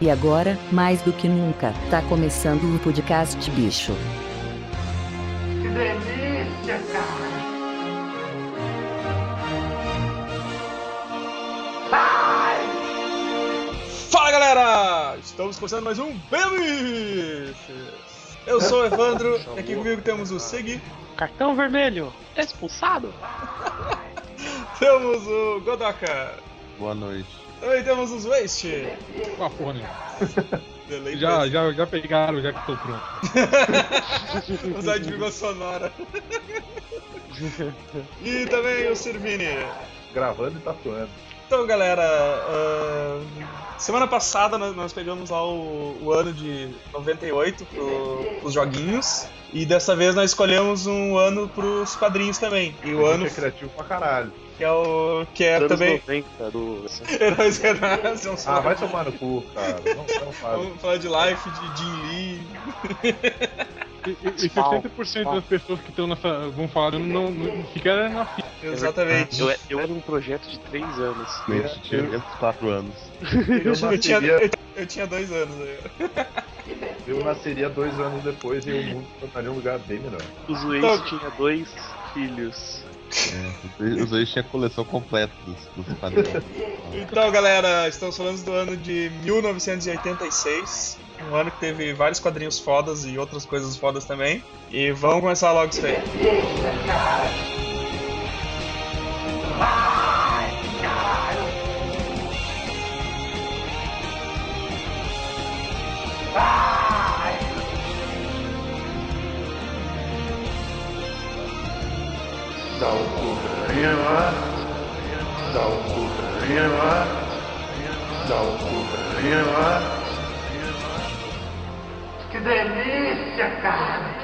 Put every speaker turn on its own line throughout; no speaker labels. E agora, mais do que nunca, tá começando o podcast Bicho.
Que delícia, cara!
Fala galera! Estamos começando mais um Bebiches! Eu sou o Evandro e aqui comigo temos o Segui,
Cartão vermelho, expulsado.
temos o Godoka,
Boa noite.
também temos os Waste.
Ah, porra nenhuma.
Delay
Já, já, já pegaram, já que estou pronto.
pra usar de vírgula sonora. e também o Sirvini.
Gravando e tatuando.
Então galera, ahn, semana passada nós, nós pegamos lá o, o ano de 98 pro, os joguinhos. E dessa vez nós escolhemos um ano pros quadrinhos também. E o
A
ano
gente é criativo pra caralho.
que é o. que é
Anos
também.
90 do...
Heróis Renascem, um
Ah, vai tomar no cu, cara. Não, não faz.
Vamos falar de Life, de Jim Lee.
E, e- e
Pau,
60%
pau.
das pessoas que estão nessa. vão falar, não, não ficaram na fila.
Exatamente.
Eu, eu era um projeto de 3 anos.
Mente, tinha quatro anos.
Eu,
Eu
tinha,
nasceria,
eu, eu tinha dois anos. aí.
eu nasceria dois anos depois e o mundo se tornaria um lugar bem melhor.
O Zueis
Então-
tinha dois filhos.
Os dois tinha a coleção completa dos, dos quadrinhos.
Então, galera, estamos falando do ano de 1986. Um ano que teve vários quadrinhos fodas e outras coisas fodas também. E vamos começar logo isso aí.
Dá o cu pra minha mãe. Dá o cu pra minha mãe. Dá o cu pra minha mãe. Que delícia, cara!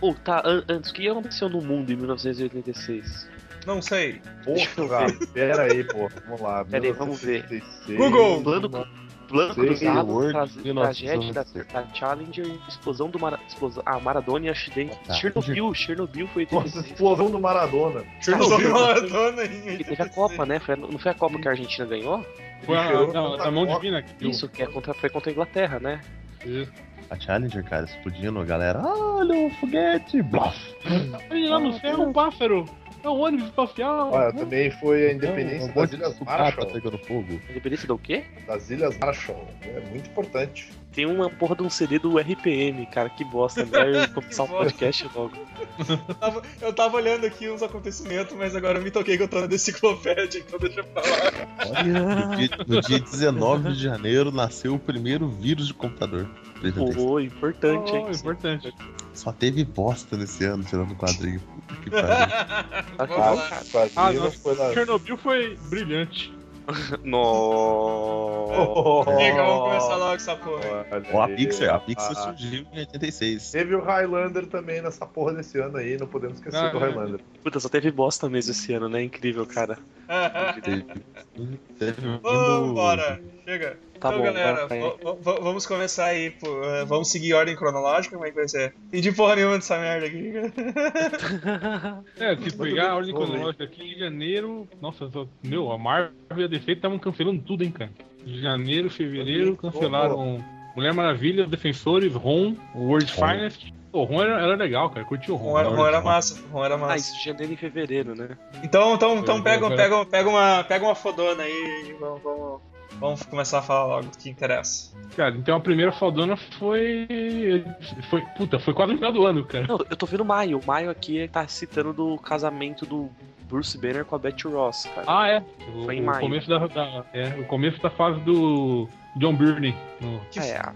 Ou tá, an- antes, o que aconteceu no mundo em 1986?
Não sei.
eu
Porra, pera aí, porra. Vamos lá.
Pera aí, vamos ver.
1966.
Google!
Plano,
Não,
plano
Sei,
cruzado,
World,
tra-
1996.
tragédia da, da Challenger, explosão do Mara, explosão, ah, Maradona e acidente.
Tá.
Chernobyl, Chernobyl foi
Nossa,
86.
explosão do Maradona.
Tá
Sou Maradona em
E teve a
86.
Copa, né? Foi a- não foi a Copa que a Argentina ganhou?
Foi a,
Enfiou
da,
tanta
da mão
coca.
divina que
Isso, que é contra, foi contra a Inglaterra, né?
Isso.
A Challenger, cara, explodindo, a galera. Olha o foguete! Blof!
Olha lá no céu, um pássaro! É um ônibus espacial!
Olha, tá também foi É a independência
Um monte
das
de
Ilhas
tá
sucata
Marshall.
pegando fogo.
Independência é do quê?
Das Ilhas Marshall. É muito importante.
Tem uma porra de um CD do RPM, cara, que bosta. Melhor eu começar um
bosta.
podcast logo.
Eu tava, eu tava olhando aqui uns acontecimentos, mas agora eu me toquei que eu tô na enciclopédia, então deixa eu falar.
No dia, no dia 19 de janeiro nasceu o primeiro vírus de computador. Veja bem,
Pô, importante, hein?
Oh, importante.
Só teve bosta nesse ano, tirando o quadrinho. Puta Que pariu.
Tá
Vamos lá.
As
Ah,
Ilhas foi na.
Chernobyl foi brilhante.
No.
Chega, vamos começar logo essa porra.
Olha
Ó, a
aí.
Pixar, a Pixar
Ah. É.
surgiu em 86.
Teve o Highlander também nessa porra desse ano aí, não podemos esquecer
Ah,
do
é.
Highlander.
Puta, só teve bosta mesmo esse ano, né? Incrível, cara.
Teve. teve
Vambora! Chega!
Tá
então,
bom,
galera,
vai, vai.
va- va- vamos começar aí. pô, eh, vamos seguir ordem cronológica? Como é que vai ser? E de porra nenhuma dessa merda aqui.
É, se pegar a ordem
Vamos ver.
cronológica aqui, em janeiro. Nossa, só- meu, a Marvel e a DC estavam cancelando tudo, hein, cara. Janeiro, fevereiro, cancelaram Mulher Maravilha, Defensores, Ron, World
Ron.
Finest. O Ron era, era legal, cara. Curtiu o Ron.
Ron era, Ron era
demais.
massa, Ron era
Ah,
massa.
isso janeiro e fevereiro, né?
Então, então, então
Eu-
pega,
eu-
pega, pega, uma, pega uma fodona aí e vamos, vamos, vamos começar a falar logo do que interessa.
Cara, então a primeira faldona foi. Foi. Puta, foi quase no final do ano, cara.
Não, eu tô vendo maio. Maio aqui tá citando do casamento do Bruce Banner com a Betty Ross, cara.
Ah, é.
Foi em
O, o
maio.
começo da, da- é, o começo da fase do John Byrne. no-
que-
é, a-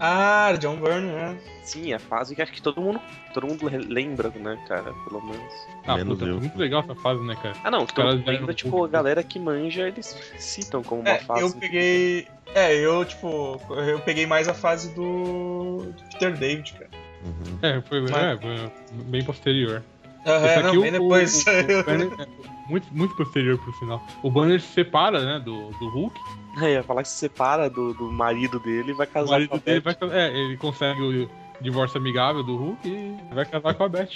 Ah, John Byrne, né?
sim, é a fase que acho que todo mundo, todo mundo re- lembra, né, cara? Pelo menos.
Ah,
Menos
puta,
eu.
foi muito legal essa fase, né, cara?
Ah, não, então
caras deram
ainda,
um
tipo,
pouco.
a galera que manja, eles citam como uma
É,
fase.
eu peguei. É, eu, tipo, eu peguei mais a fase do, do Peter David, cara.
Uhum.
É, foi,
Mas-
é, foi bem posterior.
Aham,
Esse
É, não,
o-
bem depois.
o- o Banner é muito, muito posterior pro final. O Banner se separa, né, do, do Hulk.
É, ia falar que se separa do, do marido dele e vai
O
casar com
marido
a
dele
Beth.
vai casar- É, ele consegue o divórcio amigável do Hulk e vai casar com a Beth.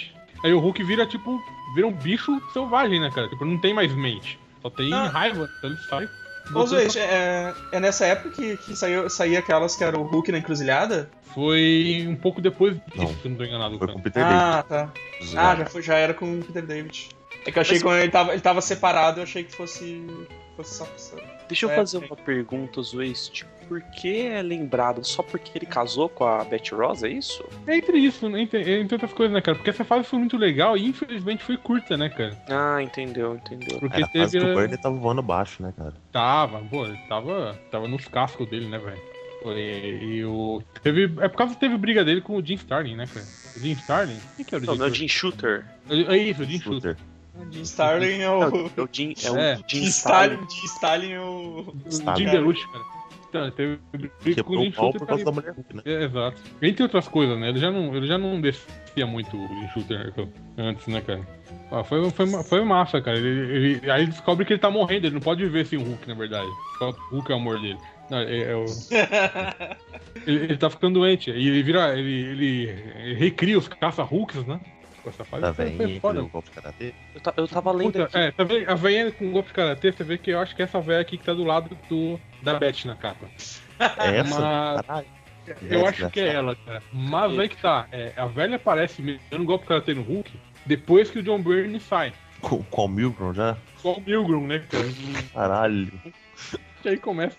Aí o Hulk vira, tipo, vira um bicho selvagem, né, cara? Tipo, não tem mais mente. Só tem
Ah.
raiva, então ele sai.
Ô, Zuete, é, é nessa época que, que saiu, saía aquelas que era o Hulk na encruzilhada?
Foi um pouco depois disso,
Não.
se não tô enganado.
Foi
cara.
com o Peter
Ah, tá.
David. É.
Ah, já, foi, já era com o Peter David. É que eu achei
Mas-
que quando ele tava, ele tava separado, eu achei que fosse. fosse só. só-
Deixa eu
É,
fazer
sim.
uma pergunta, Zueste. Por que é lembrado? Só porque ele casou com a Betty Ross, é isso?
Entre isso, né, entre, entre outras coisas, né, cara? Porque essa fase foi muito legal e infelizmente foi curta, né, cara?
Ah, entendeu, entendeu.
Porque
Era É, a fase
teve. um-
que o Burner tava voando baixo, né, cara?
Tava, pô, ele tava, tava nos cascos dele, né, velho? E, e o. Teve, é por causa que teve briga dele com o Jim Starlin, né, cara? O Jim Starlin? Quem que era o
Não,
Jim
não é o Jim Shooter.
Starlin? É isso, o Jim Shooter.
Shooter.
Jim Starlin é o.
É o Jim, é o
É.
Jim
Jim
Stalin.
Starlin, Jim Starlin é o.
O Jim
Starlin.
Belushi, cara. Então, teve briga com o
Quebrou
Jim
o pau
Shooter. Tá
por causa da
ali.
mulher Hulk, né?
É, exato. Entre outras coisas, né? Ele já não, ele já não descia muito o Jim Shooter né, antes, né, cara? Ah, foi, foi, ma- foi massa, cara. Ele, ele- aí ele descobre que ele tá morrendo, ele não pode viver sem o Hulk, na verdade. Só o Hulk é o amor dele. Não, é, é o. Ele, ele tá ficando doente. E ele vira. Ele, ele, ele recria os caça-hulks, né? Pô, Essa fase
Da
foi- foi
velhinha que
foda.
deu um golpe de karatê.
Eu, ta- eu tava lendo
Puta,
aqui.
é, tá vendo? A velha com golpe de karatê, você vê que eu acho que é essa velha aqui que tá do lado do, da Beth na capa.
É essa?
Ah, Mas-
Caralho.
Eu
Essa,
acho que é
tá
essa.
ela, cara. Mas aí que tá. é, a velha aparece mesmo dando um golpe de karatê no Hulk depois que o John Byrne sai.
Com, com o Milgrom já?
Só o Milgrom, né, cara?
Caralho.
Que aí começa,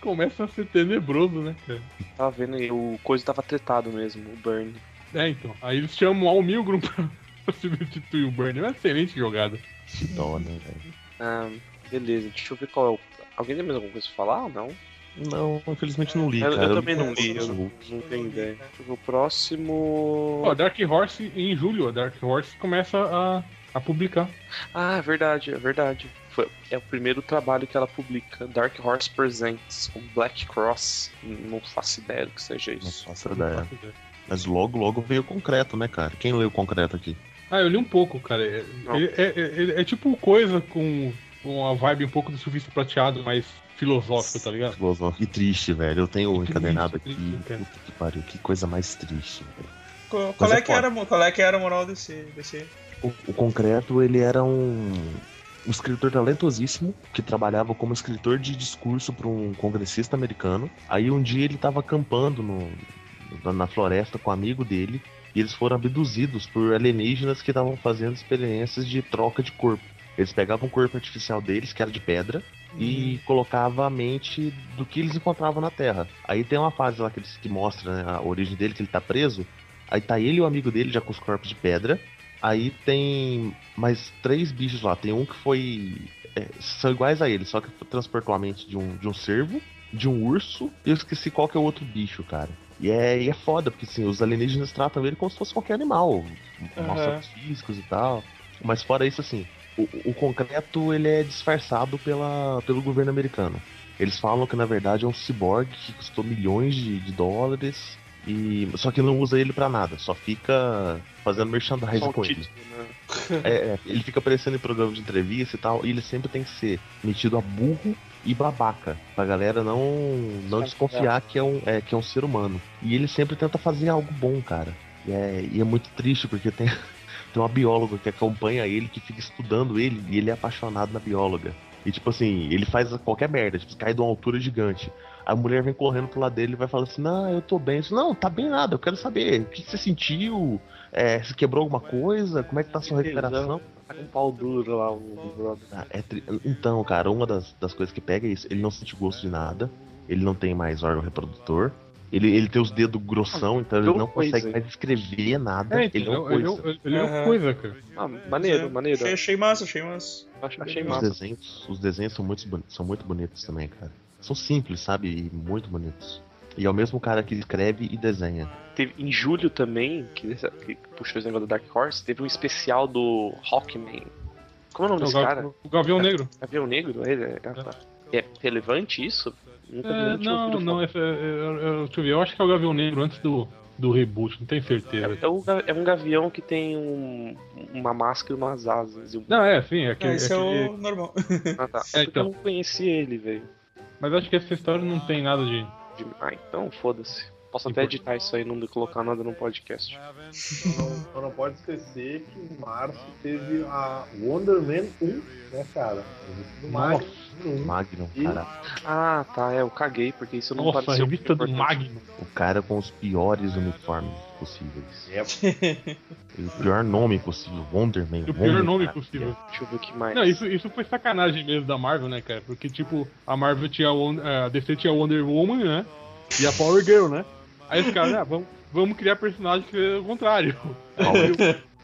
começa a ser tenebroso, né, cara?
Tava vendo aí, o coisa tava tretado mesmo, o Burn.
É, então. Aí eles chamam o Milgrom pra, pra substituir o Byrne. É uma excelente jogada.
Que dó, né, velho?
Ah, beleza, deixa eu ver qual é o. Alguém tem mais alguma coisa pra falar ou não?
Não, infelizmente não li,
Eu- eu
cara.
também não li,
conheço
eu-
o Hulk.
Não tenho ideia. Deixa eu ver O próximo.
Ó, a Dark Horse, em julho, a Dark Horse começa a, a publicar.
Ah, é verdade, é verdade. Foi- é o primeiro trabalho que ela publica, Dark Horse Presents, o Black Cross. Não faço ideia do que seja
Não
isso.
faço ideia. Mas logo, logo veio o concreto, né, cara? Quem leu o concreto aqui?
Ah, eu li um pouco, cara. É,
Não.
ele- é- é- ele- é tipo coisa com, com a vibe um pouco do surfista prateado, mas filosófico, tá
Ah.
ligado?
Filosófico. E triste, velho. Eu tenho o
Triste,
encadernado aqui.
triste, cara.
Puta que pariu. Que coisa mais triste, velho.
Qual, qual é
é
que
foda.
era, mo- qual é que era a moral desse. desse...
O, o concreto, ele era um. Um escritor talentosíssimo que trabalhava como escritor de discurso para um congressista americano. Aí um dia ele estava acampando no, na- na floresta com um amigo dele e eles foram abduzidos por alienígenas que estavam fazendo experiências de troca de corpo. Eles pegavam o corpo artificial deles, que era de pedra, e colocava a mente do que eles encontravam na Terra. Aí tem uma fase lá que, eles, que mostra né, a origem dele, que ele tá preso. Aí tá ele e o amigo dele já com os corpos de pedra. Aí tem mais três bichos lá. Tem um que foi. é, são iguais a ele, só que transportou a mente de um, de um cervo, de um urso, e eu esqueci qual que é o outro bicho, cara. E é, e é foda, porque assim, os alienígenas tratam ele como se fosse qualquer animal. Mostram os físicos e tal. Mas fora isso, assim, o, o concreto ele é disfarçado pela, pelo governo americano. Eles falam que na verdade é um ciborgue que custou milhões de, de dólares e só que não usa ele pra nada, só fica fazendo merchandising
Só o
com ele.
título, né?
É, é, ele fica aparecendo em programa de entrevista e tal, e ele sempre tem que ser metido a burro e babaca, pra galera não, não desconfiar que é, um, é, que é um ser humano. E ele sempre tenta fazer algo bom, cara. E é, e é muito triste, porque tem, tem uma bióloga que acompanha ele, que fica estudando ele, e ele é apaixonado na bióloga. E tipo assim, ele faz qualquer merda, tipo, cai de uma altura gigante. A mulher vem correndo pro lado dele e vai falar assim, não, eu tô bem. Eu disse, não, tá bem nada, eu quero saber, o que que você sentiu? É, você quebrou alguma coisa? Como é que tá a sua recuperação?
Tá com um pau duro lá, o o brother.
Ah, é tri- Então, cara, uma das, das coisas que pega é isso. Ele não sente gosto de nada. Ele não tem mais órgão reprodutor. Ele, ele tem os dedos grossão, então ele
Virou
não consegue
coisa.
mais escrever nada.
É,
ele
então,
não
ele, é o-
coisa.
ele, ele é o
Aham.
coisa, cara.
Ah, maneiro,
É.
maneiro.
Achei, achei massa, achei massa.
Acho- Achei
Os
massa.
desenhos, os desenhos são, muito, boni- são muito bonitos também, cara. São simples, sabe? E muito bonitos. E é o mesmo cara que escreve e desenha.
Teve, em julho também, que, que puxou esse negócio do Dark Horse, teve um especial do Rockman. Como é o nome
É o,
desse
Gavi-
cara?
o Gavião Negro.
Avião Negro? É, é, ah, tá. é relevante isso? Nunca
É,
nunca tinha
não,
ouvido
não,
falar.
essa, é, é, é, deixa eu ver, eu acho que é o Gavião Negro antes do, do reboot, não tenho certeza.
É, um, ga- é um gavião que tem um- uma máscara e umas asas. E um...
Não, é, sim, é que.
Ah, esse
é
é
que-
o normal.
Ah, tá.
É,
Porque
então.
Eu não conheci ele, velho.
Mas acho que essa história não tem nada de.
De- Ah, então foda-se. Posso
E
até
por-
editar isso aí e não colocar nada no podcast.
Não, só não pode esquecer que em março teve a Wonder Man 1, né, cara? Do Mario, número um.
Magnum,
E-
cara.
Ah, tá, é, eu caguei porque isso não
Nossa, a
pareceu
revista do
importante.
Magno.
O cara com os piores uniformes possíveis.
É
E o pior nome possível, Wonderman.
E o pior nome
cara.
possível.
Deixa eu ver o que mais.
Não, isso, isso foi sacanagem mesmo da Marvel, né, cara? Porque, tipo, a Marvel tinha. Won- A DC tinha Wonder Woman, né? E a Power Girl, né? Aí os caras, ah, vamos, vamos criar personagens que é o contrário.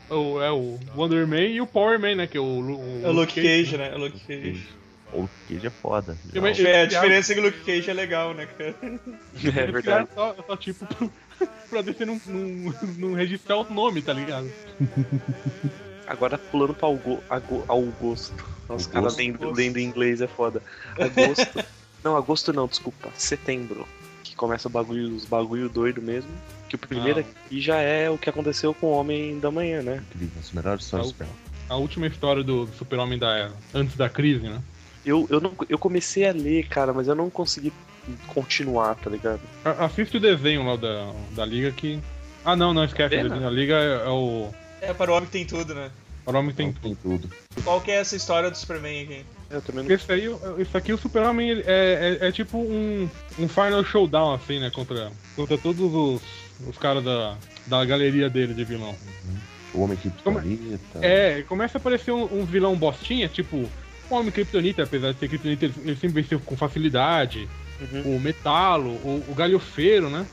O, é o Wonder Man e o Power Man, né? Que é o, Lu-
É o Luke Cage, né? É o Luke Cage.
O Luke Cage é foda.
Eu me-
É, a diferença é que o Luke Cage é legal, né, cara?
É
Eles
verdade.
criaram só, só, tipo, pro- pra DC não, não, não registrar o nome, tá ligado?
Agora pulando pra Algo, Ago, Augusto. Nossa,
Augusto?
cara lendo, lendo em inglês é foda. Agosto. não, agosto não, desculpa. Setembro. Que começa o bagulho, os bagulho doido mesmo. Que o primeiro
Ah.
aqui já é o que aconteceu com o Homem da Manhã, né?
Incrível, os melhores sonhos.
É
cara.
A última história do Super-Homem da antes da crise, né?
Eu, eu, não, eu comecei a ler, cara, mas eu não consegui continuar, tá ligado?
A- Assiste o desenho lá da, da Liga que. Ah, não, não esquece. O
Pena.
desenho da Liga é, é o.
É para o homem que tem tudo, né?
é O homem que tem
Ah,
Tem
tudo.
tudo.
Qual que é essa história do Superman aqui?
Eu também não.
Esse, aí, esse aqui, o Super-Homem, ele é, é, é tipo um, um final showdown, assim, né? Contra, contra todos os, os caras da, da galeria dele de vilão.
O Homem que
Como-
Picareta.
É, começa a aparecer um, um vilão bostinha, tipo o Homem Kryptonita, apesar de ser Kryptonita, ele, ele sempre venceu com facilidade. O Metalo, o, o Galhofeiro, né?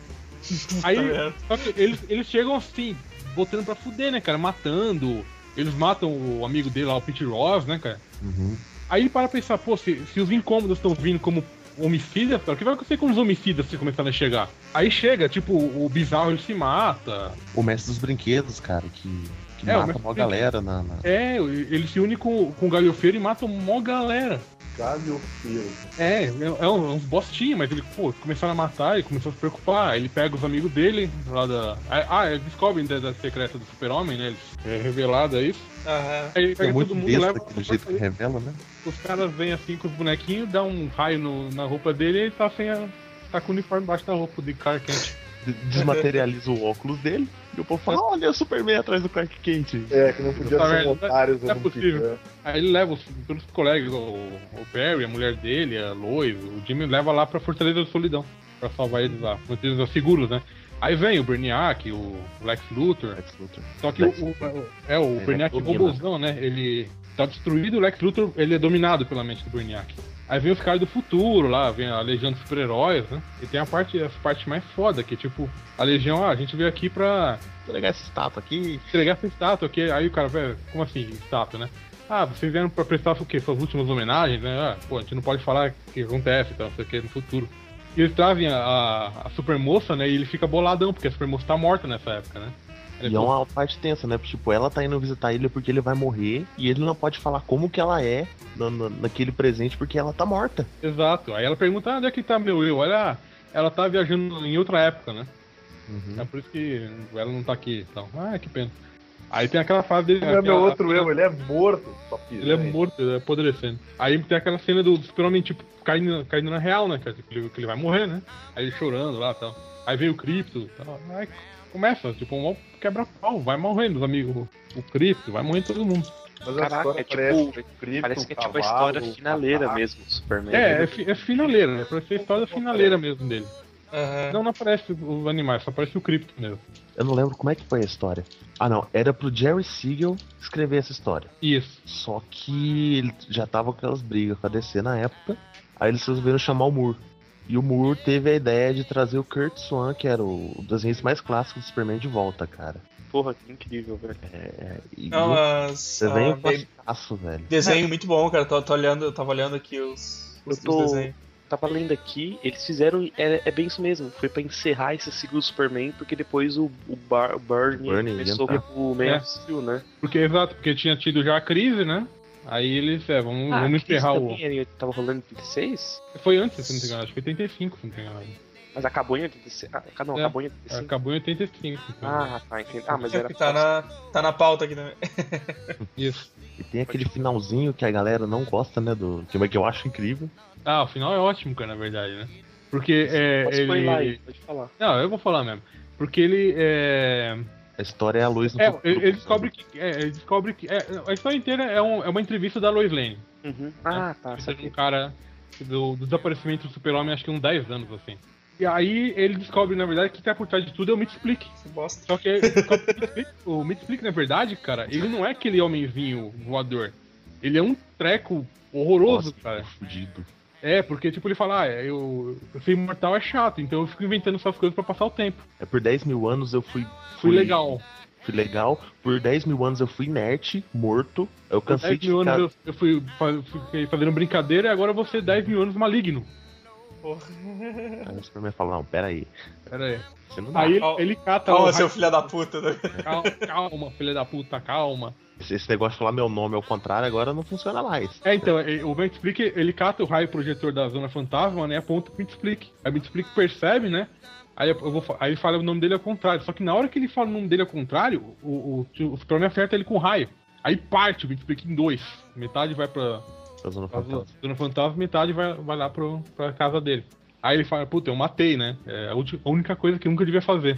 Aí,
merda.
só que eles, eles chegam assim, botando pra fuder, né, cara? Matando. Eles matam o amigo dele lá, o Pete Ross, né, cara?
Uhum.
Aí ele para pensar, pô, se, se os incômodos estão vindo como homicidas, cara, o que vai acontecer com os homicidas se começarem a chegar? Aí chega, tipo, o bizarro ele se mata.
O mestre dos brinquedos, cara, que, que
É, o
mata
mestre
uma
dos
galera na. na-
É, ele se une com, com o galhofeiro e mata mó galera.
Galhofeiro.
É, é, é um, é uns bostinha, mas ele, pô, começaram a matar e começou a se preocupar. Ele pega os amigos dele lá da. Ah, eles descobrem da, da secreta do super-homem, né? Eles- É revelado aí.
Aham.
Aí ele
É
pega
muito
todo mundo
besta
leva.
aquele jeito que revela, né?
Os caras vêm assim com os bonequinhos, dá um raio no- na roupa dele e ele tá sem a. tá com o uniforme embaixo da roupa de cara quente.
De- Desmaterializa o óculos dele e o povo fala: Olha, o Superman atrás do Clark Kent.
É, que não podia
Tá
ser um
vendo?
otário
Não é
usando um
possível.
titã.
Aí ele leva os, todos os colegas, o, o Barry, a mulher dele, a Lois, o Jimmy leva lá pra Fortaleza da Solidão, pra salvar eles lá, manter eles seguros, né? Aí vem o Berniak, o Lex Luthor,
Lex Luthor.
Só que o, o- é o
Ele
Brainiac
é domina.
robôzão, né? Ele tá destruído, o Lex Luthor ele é dominado pela mente do Brainiac. Aí vem os caras do futuro lá, vem a Legião dos Super-Heróis, né? E tem a parte, as partes mais foda, que é tipo, a Legião, ah, a gente veio aqui pra
Vou pegar essa estátua aqui.
entregar essa estátua, que aí o cara, velho, como assim, estátua, né? Ah, vocês vieram pra prestar o quê? Suas últimas homenagens, né? Ah, pô, a gente não pode falar o que acontece, então, não sei o que, no futuro. E eles trazem a, a, a Supermoça, né? E ele fica boladão, porque a Supermoça tá morta nessa época, né? Ele
E é uma parte tensa, né? Tipo, ela tá indo visitar ele porque ele vai morrer e ele não pode falar como que ela é na- na- naquele presente porque ela tá morta.
Exato. Aí ela pergunta, ah, onde é que tá meu eu? Olha, ela tá viajando em outra época, né?
Uhum.
Uhum.
É por isso que ela não tá aqui e tal. Ah, que pena. Aí tem aquela fase dele.
Não é meu
aquela-
outro eu, né? ele é morto. só
Ele é morto, ele é apodrecendo. Aí tem aquela cena do super-homem, tipo, caindo, caindo na real, né? cara? Tipo, ele- que ele vai morrer, né? Aí ele chorando lá e tal. Aí veio o Cripto e tal. Aí começa, tipo, um quebra-pau. Vai morrendo os amigos. O Cripto, vai morrendo todo mundo.
Mas a
Caraca,
história
é
parece,
tipo.
cripto,
Parece que é um tipo a
cavalo,
história finaleira
macaco.
mesmo, Superman.
É, é, fi- é finaleira, né? Parece a história finaleira mesmo dele.
Aham.
Não, não aparece os animais, só aparece o Cripto mesmo.
Eu não lembro como é que foi a história. Ah, não. Era pro Jerry Siegel escrever essa história.
Isso.
Só que ele já tava com aquelas brigas com a DC na época. Aí eles resolveram chamar o Moore.
E o Moore teve a ideia de trazer o Kurt Swan, que era o o desenhista mais clássico do Superman, de volta, cara.
Porra, que incrível, velho.
É, e o
Não, mas.
desenho
ah, bem-
classicaço, um velho.
desenho muito bom, cara. Tô, tô olhando, eu tava olhando aqui os, os,
Eu tô-
os desenhos.
Tava lendo aqui, eles fizeram. É, é bem isso mesmo. Foi pra encerrar esse ciclo do Superman, porque depois o, o, Bar, o Burnie
Burnie
começou
ia entrar.
com o Man
É.
of Steel, né?
Porque, exato, porque tinha tido já a crise, né? Aí eles, é, vamos, vamos
isso
encerrar o.
Ah, também era em- Tava rolando em 36?
Foi antes, se não me engano, acho que 85, se não me engano.
Mas acabou em 86. Ah, não,
É,
acabou em 85.
Acabou em 85. então.
Ah, tá, entendi. Ah, mas
É,
era.
que tá, na, tá na pauta aqui também.
Isso.
E tem aquele finalzinho que a galera não gosta, né? Do, que que eu acho incrível.
Ah, o final é ótimo, cara, na verdade, né? Porque é,
Pode
ele...
spoiler aí, pode falar.
Não, eu vou falar mesmo. Porque ele é.
A história é a luz do
é
futuro.
ele, ele descobre que. É, ele descobre que. é, a história inteira é, um- é uma entrevista da Lois Lane.
Uhum. Ah, tá,
Isso é de um
saquei.
cara do, do desaparecimento do super-homem, acho que uns 10 anos, assim. E aí ele descobre, na verdade, que tá por trás de tudo é o Meat Splick.
Que bosta.
Só que ele descobre que o Meat Splick- o Meat Splick, na verdade, cara, ele não é aquele homenzinho voador. Ele é um treco horroroso,
Nossa,
cara.
fudido.
É, porque, tipo, ele fala, ah, eu, eu ser imortal é chato, então eu fico inventando essas coisas pra passar o tempo.
É por 10 mil anos eu fui.
Fui legal.
Fui legal. Por 10 mil anos eu fui inerte, morto. Eu
Por
cansei
10
de
mil
ficar-
anos eu, eu fui, fa- fiquei fazendo brincadeira e agora eu vou ser 10 mil anos maligno.
Aí o Superman fala, não, pera aí.
Pera aí.
Você
Ah,
não dá.
Aí ele,
calma.
ele
Tá
cata o
Calma,
raio-
seu filho da puta. né?
Calma, calma, filha da puta, calma.
Esse, esse negócio de falar meu nome ao contrário agora não funciona mais.
É, então, é, o Vint Splick, ele cata o raio projetor da Zona Fantasma, né? Aponta pro Vint Splick. Aí o Vint Splick percebe, né? Aí, eu vou, fa- aí ele fala o nome dele ao contrário. Só que na hora que ele fala o nome dele ao contrário, o, o, o Superman acerta ele com o raio. Aí parte o Vint Splick em dois. Metade vai pra,
Tá usando
pra
Então.
fantasma.
Zona Fantasma, metade vai, vai lá pro, pra casa dele. Aí ele fala, puta, eu matei, né? É a, ulti- a única coisa que eu nunca devia fazer.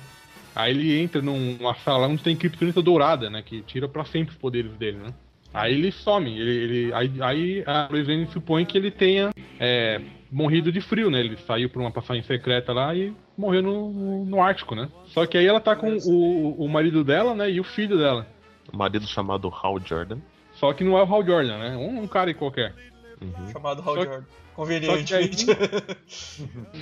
Aí ele entra numa sala onde tem criptonita dourada, né? Que tira pra sempre os poderes dele, né? Aí ele some, ele, ele- aí, aí a Lois Lane supõe que ele tenha é, morrido de frio, né? Ele saiu por uma passagem secreta lá e morreu no, no- no Ártico, né? Só que aí ela tá com o, o- o marido dela, né? E o filho dela.
Um Marido chamado Hal Jordan.
Só que não é o Hal Jordan, né? Um, um cara aí qualquer.
Uhum.
Chamado Hal
Só-
Jordan.
Só que, aí,
Convenientemente.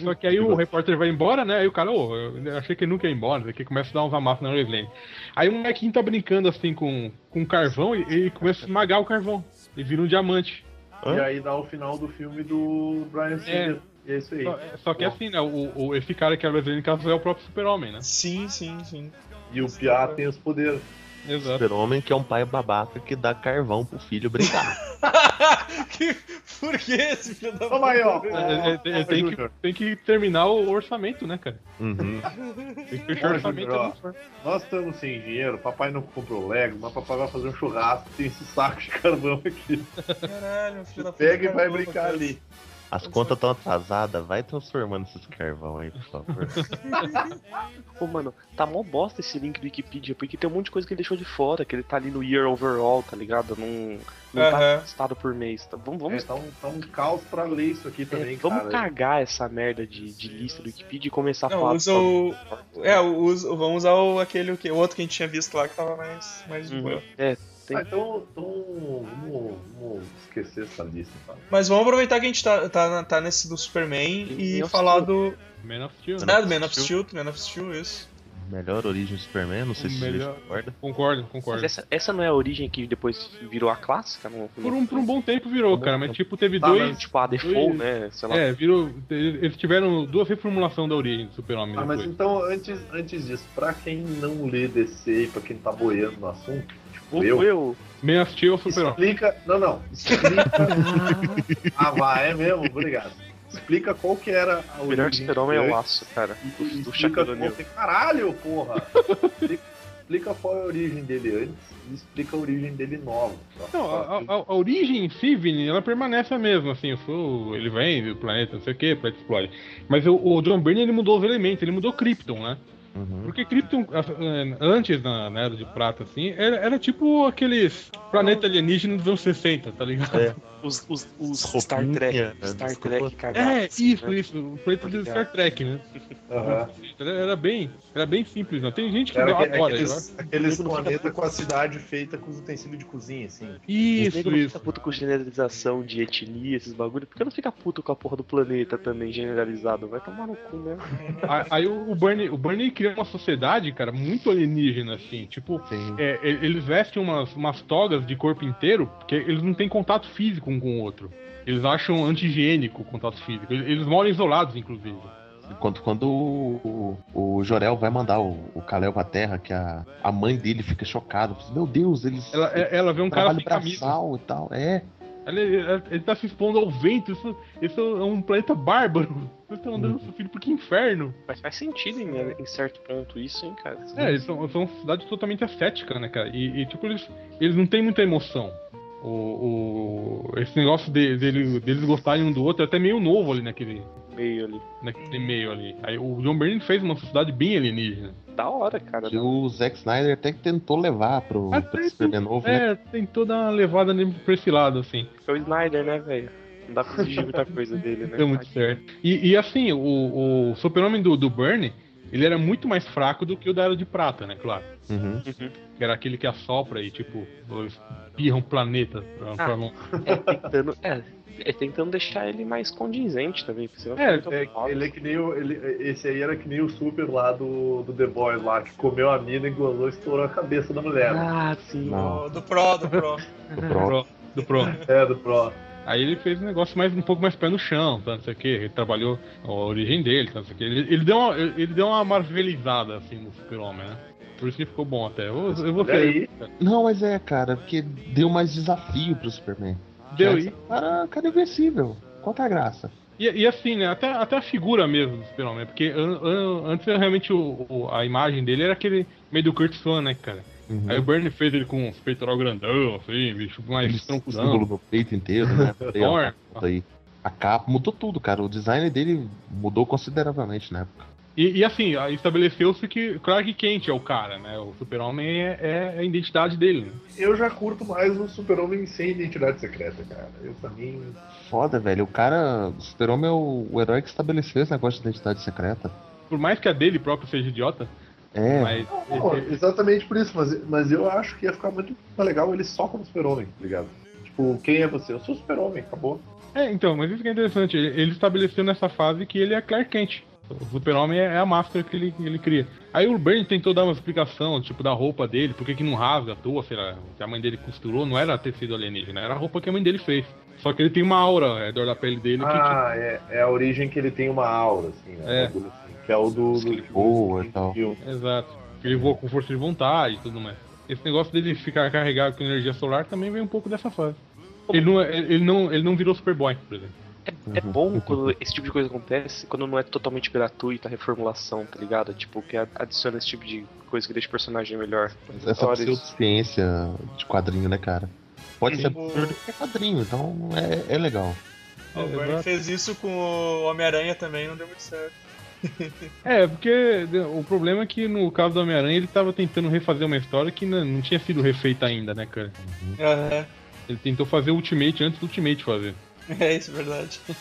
só que aí o repórter vai embora, né? Aí o cara, ô, eu achei que ele nunca ia embora. Daqui começa a dar uns amassos na Lois Lane. Aí o molequinho tá brincando assim com, com carvão e, e começa a esmagar o carvão. E vira um diamante.
Hã?
E aí dá o final do filme do Brian Singer. E é isso aí.
Só, só que assim, né? O, o- esse cara que a Lois Lane casou é o próprio super-homem, né?
Sim, sim, sim.
E o Piá tem os poderes.
Exato.
Super-homem que é um pai babaca que dá carvão pro filho brincar.
que... Por que esse filho da
Toma aí, ó.
É, é, é,
Ó,
tem, que,
Júnior.
tem que terminar o orçamento, né, cara?
Uhum.
Tem que fechar o
Ó,
orçamento.
Júnior, ó.
ali, fora.
Nós estamos sem dinheiro, papai não comprou Lego, mas papai vai fazer um churrasco, tem esse saco de carvão aqui.
Caralho, um filho da puta.
Pega e vai
caramba,
brincar
cara.
ali.
As contas estão atrasadas, vai transformando esses carvão aí, por favor.
Pô, mano, tá mó bosta esse link do Wikipedia, porque tem um monte de coisa que ele deixou de fora, que ele tá ali no year overall, tá ligado? Não, não tá
Aham.
listado por mês. Tá? Vamos,
É,
vamos,
tá, um, tá um caos pra ler isso aqui também,
é, vamos
cara.
cagar essa merda de, de lista do Wikipedia e começar a
Não,
falar.
usa o. É, o- usa- vamos usar o, aquele, o, que, o outro que a gente tinha visto lá que tava mais, mais de
Uhum.
boa.
Ah, então, então vamos, vamos esquecer essa lista. Tá?
Mas vamos aproveitar que a gente tá, tá, na- tá nesse do Superman
E
e
Man of
falar
Steel.
do.
Man of Steel, né?
Ah, do Man of Steel, Man of Steel, isso.
Melhor origem do Superman, não sei se
Melhor.
você concorda.
Concordo,
Mas
concordo.
essa, essa não é a origem que depois virou a clássica? Não,
Por um, por um bom tempo virou, cara, mas tipo, teve
Tá,
dois.
mas-
Tipo, a default,
Dois-
né? Sei lá.
É, virou. Eles tiveram duas reformulações da origem do Super-Homem.
Ah, mas
depois.
então, antes, antes disso, pra quem não lê DC e pra quem tá boiando no assunto, tipo
Ou
eu,
eu.
Man of Steel é o Super-Homem.
explica. Não, não. Explica. ah, vai, é mesmo, obrigado. Explica qual que era a
O melhor
origem
super-homem é o
antes.
laço, cara.
E
Do, do
explica
Shaquille
como
O'Neal.
tem- Caralho, porra! explica, explica qual é a origem dele antes e explica a origem dele nova. Só-
Não,
só-
a, a- a origem em si, Vini, ela permanece a mesma, assim, eu sou, ele vem do planeta, não sei o que, planeta explode. Mas o, o John Byrne, ele mudou os elementos, ele mudou Krypton, né?
Uhum.
Porque Krypton, a- a- antes na, na Era de Prata, assim, era, era tipo aqueles Planeta alienígena dos anos 60, tá ligado?
É.
Os, os, os
Roupinha,
Star Trek.
né?
Star
Desculpa.
Trek cagados.
É, isso,
né?
isso. O planeta de Star Trek, né?
Aham. É
Era, era bem, era bem simples, né? Tem gente que
Era aque-
adora.
aqueles,
né?
aqueles planetas com a cidade feita com os utensílios de cozinha, assim.
Os
Isso,
negros tá não fica
isso.
puto com generalização de etnia, esses bagulho. Por que não fica puto com a porra do planeta também, generalizado? Vai tomar no cu, né?
A- Aí o o Bernie, o Bernie criou uma sociedade, cara, muito alienígena, assim. Tipo,
Sim.
é, e- eles vestem umas, umas togas de corpo inteiro, porque eles não têm contato físico um com o outro. Eles acham antigênico o contato físico. Eles, eles moram isolados, inclusive.
Enquanto quando o, o, o Jorel vai mandar o, o Kalel pra terra, que a, a mãe dele fica chocada. fala assim, Meu Deus, eles.
Ela, é- ela vê um cara
trabalham
sem camisa.
braçal e tal. É.
Ela, ela- ele tá se expondo ao vento. Isso, isso é um planeta bárbaro. Vocês estão mandando seu filho pro que inferno.
Mas faz sentido em, em certo ponto isso, hein, cara?
É, eles são, são uma cidade totalmente ascética, né, cara? E, e, tipo, eles, eles não têm muita emoção. O, o- esse negócio de- dele- deles gostarem um do outro é até meio novo ali naquele,
Meio ali.
naquele né, meio ali. Aí o John Byrne fez uma sociedade bem alienígena.
Da hora, cara.
Que o Zack Snyder até que tentou levar pro,
Ah,
pro
tem-
Superman novo, né?
É, tem toda uma levada nele pra esse lado, assim.
É o Snyder, né, velho? Não dá pra exigir muita coisa dele, né?
Deu É muito certo. E, e, assim, o, o super-homem do, do Byrne, ele era muito mais fraco do que o da Era de Prata, né, claro.
Uhum.
Que era aquele que assopra e, tipo, espirra um planeta pra,
Ah.
pra longe.
Tá Tentando, é, é tentando deixar ele mais condizente também. porque senão
É,
fica muito
É,
foda.
ele é que nem o, ele, esse aí era que nem o super lá do, do The Boy lá, que comeu a mina, engolou e estourou a cabeça da mulher.
Ah, sim.
Não,
Do, do Pro, do Pro.
do próprio.
Do pronto.
É, do Pro.
Aí ele fez um negócio mais um pouco mais pé no chão, tá, não sei o que. Ele trabalhou a origem dele, tá, não sei o que. Ele, ele deu uma, ele ele deu uma marvelizada assim no super-homem, né? Por isso que ficou bom até. Eu, eu vou
Olha aí.
Não, mas é, cara, porque deu mais desafio pro Superman.
Deu
Antes
e,
o Cara, cara é invencível. Qual que é a graça?
e, e assim, né? Até, até a figura mesmo do super-homem, porque an- an- antes realmente o- o- a imagem dele era aquele meio do Kurt Swan, né, cara?
Uhum.
Aí o Bernie fez ele com um peitoral grandão, assim, bicho, mais troncudão.
um símbolo no peito inteiro, né? Aí, ó,
Thor.
volta aí. A capa mudou tudo, cara. O design dele mudou consideravelmente né? na época.
E, e assim, aí estabeleceu-se que Clark Kent é o cara, né? O super-homem é, é a identidade dele, né?
Eu já curto mais um super-homem sem identidade secreta, cara. Eu também.
Foda, velho. O cara. O Super-Homem é o, o herói que estabeleceu esse negócio de identidade secreta.
Por mais que a dele próprio seja idiota,
É,
mas.
Não, exatamente por isso, mas, mas eu acho que ia ficar muito mais legal ele só como super-homem, tá ligado? Tipo, quem é você? Eu sou super-homem, acabou.
É, então, mas isso que é interessante. Ele, ele estabeleceu nessa fase que ele é Clark Kent. O super-homem é a máscara que ele, que ele cria. Aí o Bernie tentou dar uma explicação, tipo, da roupa dele, por que que não rasga à toa, sei lá, que a mãe dele costurou, não era tecido alienígena, era a roupa que a mãe dele fez. Só que ele tem uma aura, é dor da pele dele,
Ah, é, é a origem que ele tem uma aura, assim, né?
É.
Um bagulho assim, que é o do.
Diz que
do
ele voa e tal.
Viu?
que, tipo, exato. Que Ele voa com força de vontade e tudo mais. Esse negócio dele ficar carregado com energia solar também vem um pouco dessa fase. Ele não, é- ele não, ele não virou Superboy, por exemplo.
É bom quando esse tipo de coisa acontece, quando não é totalmente gratuita a reformulação, tá ligado? Tipo, que a- adiciona esse tipo de coisa que deixa o personagem melhor.
essa
Olha isso.
pseudociência de quadrinho, né, cara? Pode ser
Tipo-
absurdo porque é quadrinho, então é, é legal.
O Bernie
exato.
fez isso com o Homem-Aranha também, não deu muito certo.
É, porque o problema é que no caso do Homem-Aranha ele tava tentando refazer uma história que não, não tinha sido refeita ainda, né, cara?
Hum.
Aham,
Ele tentou fazer o Ultimate antes do Ultimate fazer.
É isso, verdade.
Hum,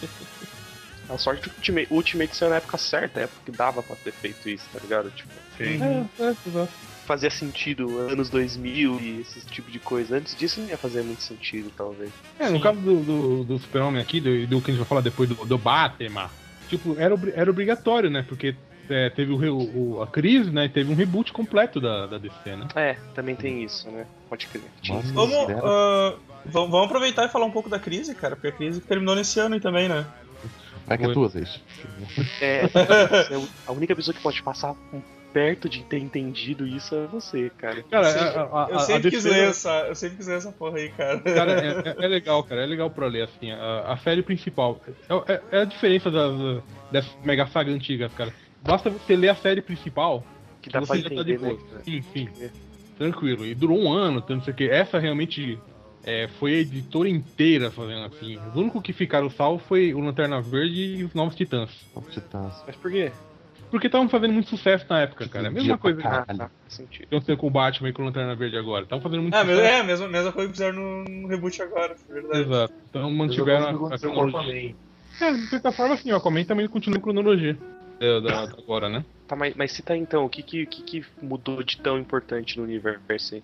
A sorte que o Ultimate, o Ultimate saiu na época certa, a época que dava pra ter feito isso, tá ligado? Tipo,
É, é, exato.
fazia sentido anos 2000 e esse tipo de coisa. Antes disso não ia fazer muito sentido, talvez.
É, no caso do, do, do Super-Homem aqui, do, do que a gente vai falar depois do, do Batman, tipo, era, obri- era obrigatório, né? Porque é, teve o, re- o- a crise, né? E teve um reboot completo da, da DC, né?
É, também tem isso, né? Pode crer. Tinha
Mano,
Vamos,
zero.
ah, vamos vamos aproveitar e falar um pouco da crise, cara, porque a crise terminou nesse ano aí também, né?
Vai que é
Oi.
duas vezes.
É, é, a única pessoa que pode passar perto de ter entendido isso é você, cara.
Cara,
Eu sempre-
a, a- a-
Eu
a
sempre quis
DC
ler essa, eu sempre quis ler essa porra aí, cara.
Cara, é, é- é legal, cara. É legal pra ler, assim. A, a série principal. É, é- é a diferença das, uh, dessas mega saga antigas, cara. Basta você ler a série principal.
Que dá
você
pra
já tá
entender,
de
né?
boa.
cara?
Sim, sim.
É.
Tranquilo. E durou um ano, tanto não sei o que. Essa realmente é, foi a editora inteira fazendo assim. Os
então.
únicos que ficaram salvo foi o Lanterna Verde e os Novos Titãs.
Vamos citar.
Mas por quê?
Porque estavam fazendo muito sucesso na época, cara. É a mesma
Dia pra
coisa que
caralho.
Ah, Faz sentido.
aconteceu com o Batman e com o Lanterna Verde agora. Estavam fazendo muito
Ah, mas
sucesso.
é a mesma, mesma coisa que fizeram no, no reboot agora, é verdade.
Exato. Então
Mesma
mantiveram a, a
coisa é um que aconteceu com o
cronologia.
Aquaman.
É, de certa forma, assim, o Aquaman também continua a cronologia. Da, da- da agora, né?
Tá, mas, mas cita aí, então, o que, que, o que que mudou de tão importante no universo aí?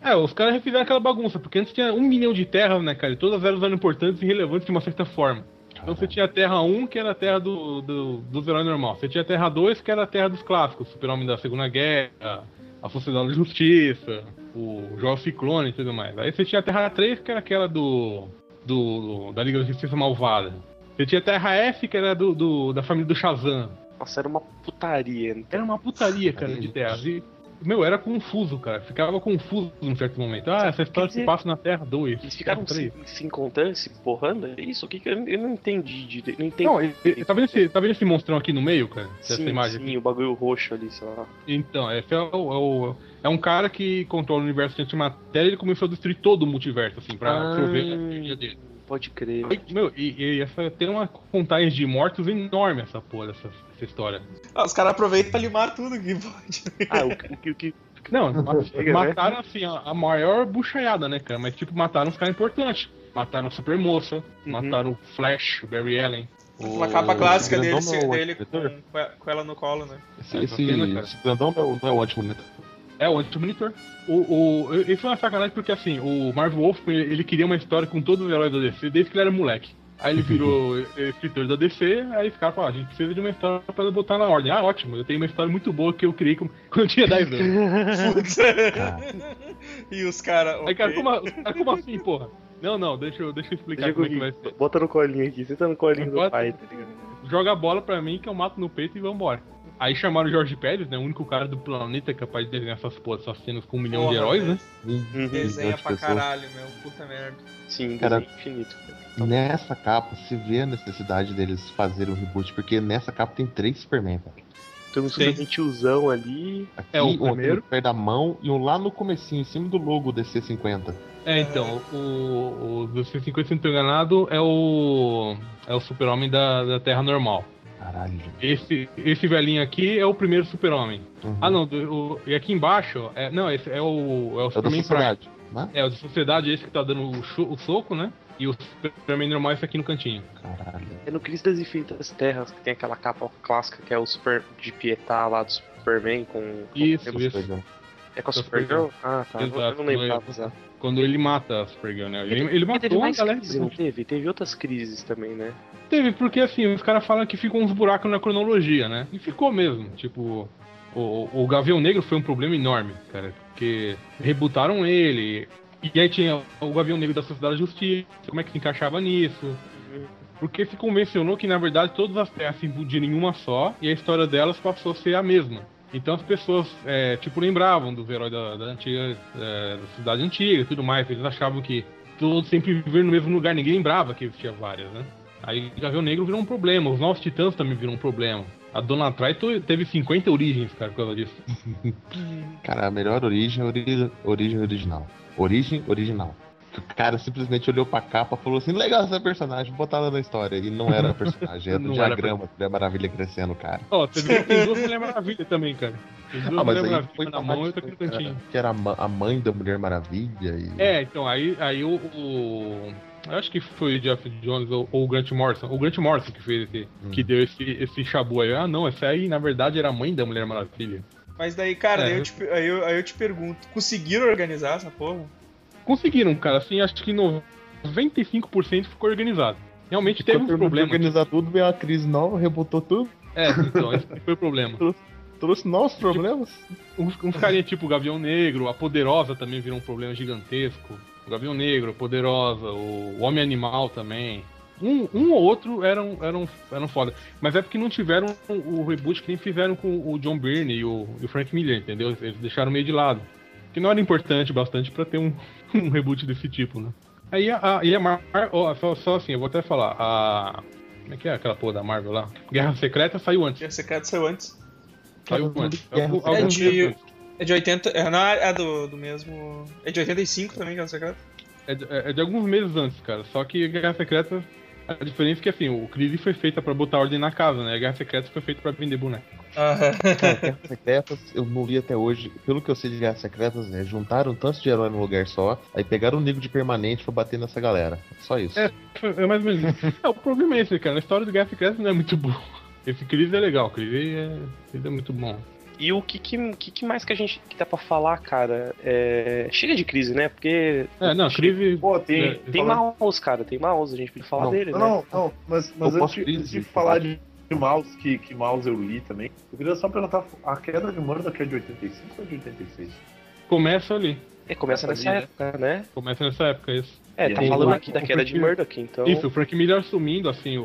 É, os caras refizeram aquela bagunça, porque antes tinha um milhão de terras, né, cara? E todas elas eram importantes e relevantes de uma certa forma. Então você tinha a Terra 1, que era a Terra do, do, dos heróis normal. Você tinha a Terra 2, que era a Terra dos clássicos. Super-Homem da Segunda Guerra, a Sociedade da Justiça, o Jovem Ciclone e tudo mais. Aí você tinha a Terra 3, que era aquela do, do da Liga da Justiça Malvada. Você tinha a Terra F, que era do, do- da família do Shazam.
Nossa, era uma putaria. né?
Era uma putaria, cara, de terras. E, meu, era confuso, cara. Ficava confuso num certo momento. Ah, essa história se
dizer-
passa na Terra 2.
Eles ficaram
Terra
se, se encontrando, se porrando? É isso? O que que eu, eu não entendi direito? Não entendi.
Não, e- e- tá vendo, esse, tá vendo esse monstrão aqui no meio, cara? Essa
sim,
imagem
sim, o bagulho roxo ali, sei lá.
Então, esse é, o, é, o- é um cara que controla o universo de antimatéria e ele começou a destruir todo o multiverso, assim, pra
Ah.
prover a energia dele.
Pode crer.
E, Meu, e, e essa, tem uma contagem de mortos enorme essa porra, essa, essa história.
Uhum.
Ah, os caras aproveitam pra limar tudo que pode.
Ah, o, que- o, que- o que.
Não, ma-
Chega, né?
mataram, assim, a, a maior buchaiada, né, cara? Mas, tipo, mataram uns caras importantes. Mataram a Supermoça,
Uhum.
mataram o Flash, o Barry Allen.
Uma capa clássica dele,
Grandão não é o
dele
diretor?
com, com ela- com ela no colo, né?
Esse,
Ah,
esse,
bacana, cara.
esse grandão não é, o- não é o ótimo, né?
É, o Anti-Monitor. O, o, isso é uma sacanagem porque, assim, o Marvel Wolfman, ele, ele queria uma história com todos os heróis da DC desde que ele era moleque. Aí ele virou escritor da DC, aí os caras falaram, "Ah, a gente precisa de uma história pra botar na ordem. Ah, ótimo, eu tenho uma história muito boa que eu criei com- quando eu tinha 10 anos.
Putz. e os caras.
Aí, cara, como, a- os caras, como assim, porra? Não, não, deixa eu, deixa eu explicar
Diego,
como é que vai ser.
bota no colinho aqui, senta no colinho do
Bota-
pai, tá ligado?
Joga a bola pra mim que eu mato no peito e vambora. Aí chamaram o Jorge Pérez, né, o único cara do planeta capaz de desenhar essas, porra, essas cenas com um milhão
Porra,
de heróis,
velho.
né?
Desenha
milhão de
pra
pessoas.
caralho, meu. Puta merda.
Uhum, Sim,
Cara-
cara... infinito.
Então,
Nessa capa, se vê a necessidade deles fazerem um reboot, porque nessa capa tem três Superman, cara.
Tem um
Sim.
super tiozão ali.
Aqui,
É, o
um aqui
primeiro.
perto da mão e um lá no comecinho, em cima do logo DC50.
É, então, o, o do 150, se não tô enganado, é o. É o super-homem da, da Terra normal.
Caralho.
Esse, esse velhinho aqui é o primeiro super-homem.
Uhum.
Ah, não, do- o- e aqui embaixo, ó, é, não, esse é o. É o
É o da
Superman Prime.
sociedade. Né?
É, o da sociedade, esse que tá dando o, chu- o soco, né? E o Superman normal, é esse aqui no cantinho.
Caralho.
É no Crise das Infinitas Terras que tem aquela capa clássica que é o Super de Pietá lá do Superman com. com-
Isso,
lembra-
isso.
Legal.
É com a
Com a
Supergirl? Ah, tá. Eu não- eu
Exato,
não lembrava.
mas-
exato.
Quando ele mata a Supergirl, né? Ele, ele
Porque teve
matou a
mais
galera.
crises, não teve? Teve outras crises também, né?
Teve, porque assim, os caras falam que ficam uns buracos na cronologia, né? E ficou mesmo. Tipo, o, o Gavião Negro foi um problema enorme, cara. Porque rebutaram ele. E aí tinha o Gavião Negro da Sociedade da Justiça, como é que se encaixava nisso. Porque se convencionou que, na verdade, todas as terras se fundiram em uma só e a história delas passou a ser a mesma. Então as pessoas, é, tipo, lembravam dos heróis da, da antiga, é, da cidade antiga e tudo mais. Eles achavam que todos sempre viveram no mesmo lugar, ninguém lembrava que existia várias, né? Aí o Gavião Negro virou um problema, os Novos Titãs também viram um problema. A Dona Trai to- teve 50 origens, cara, por causa disso.
Cara, a melhor origem é ori- origem original. Origem original. Que O cara simplesmente olhou pra capa e falou assim: legal essa personagem, vou botar ela na história. E não era a personagem, era
Não
o
era a
diagrama da Maravilha crescendo, cara.
Ó, você viu que tem duas Mulher Maravilha também, cara. Tem duas
Ah, mas
Mulher
aí
Maravilha,
foi né,
uma na mão e outra aqui
que,
no cantinho.
que era a ma- a mãe da Mulher Maravilha. E...
É, então, aí, aí o, o- Eu acho que foi o Jeff Jones ou, ou o Grant Morrison. O Grant Morrison que fez esse.
Hum.
Que deu esse, esse chabu aí. Ah, não, essa aí na verdade era a mãe da Mulher Maravilha.
Mas daí, cara,
É,
daí eu
eu-
te, pe- aí, eu, aí eu te pergunto: conseguiram organizar essa porra?
Conseguiram, cara, assim, acho que 95% ficou organizado. Realmente teve
Quando
um
terminou de
problema.
organizar tudo, veio uma crise nova, rebotou tudo,
É, então, esse foi o problema.
trouxe novos
Tipo,
problemas.
uns, uns carinha tipo o Gavião Negro, a Poderosa também virou um problema gigantesco. O Gavião Negro, a Poderosa, o Homem Animal também. Um, um ou outro eram, eram, eram foda. Mas é porque não tiveram o reboot que nem fizeram com o John Byrne e o, e o Frank Miller, entendeu? Eles deixaram meio de lado. Que não era importante bastante pra ter um, um reboot desse tipo, né? Aí a, a, e a Mar, ó, só, só assim, eu vou até falar. A, como é que é aquela porra da Marvel lá? Guerra Secreta saiu antes.
Guerra Secreta saiu antes.
Saiu antes. Algum-
Secreta.
alguns
É de-
meses antes.
É de 80. É, não, é do, do mesmo. É de 85 também, Guerra Secreta?
É de, é de alguns meses antes, cara. Só que Guerra Secreta. A diferença é que assim, o Crise foi feita pra botar ordem na casa, né? A Guerra Secreta foi feita pra vender boneco.
Cara, Guerras Secretas, eu não li até hoje. Pelo que eu sei de Guerras Secretas, é juntaram tantos de herói num lugar só, aí pegaram um nego de permanente pra bater nessa galera. Só isso.
É. É mais ou menos isso. É, o problema é esse, cara. A história do Guerra Secreta não é muito boa. Esse Crise é legal, Crise é, Crise é muito bom.
E o que, que, que que mais que a gente que dá pra falar, cara? É, Chega de crise, né? Porque
É, não, Crise.
Pô, tem.
É,
tem
falando-
Mouse, cara, tem Mouse, a gente podia falar
Não,
dele,
Não,
né?
não, não, mas, mas
Eu
antes,
posso
de- antes de
dizer,
falar de, de Maus, que, que Maus eu li também, eu queria só perguntar: a queda de Murdoch é de 85 ou de 86?
Começa ali.
É, começa nessa
Sabia, né?
época, né?
Começa nessa época, isso.
É,
E
tá
aí,
falando
o-
aqui da
o
queda de
Frank-
Murdoch, então.
Isso, o Frank Miller assumindo, assim, o,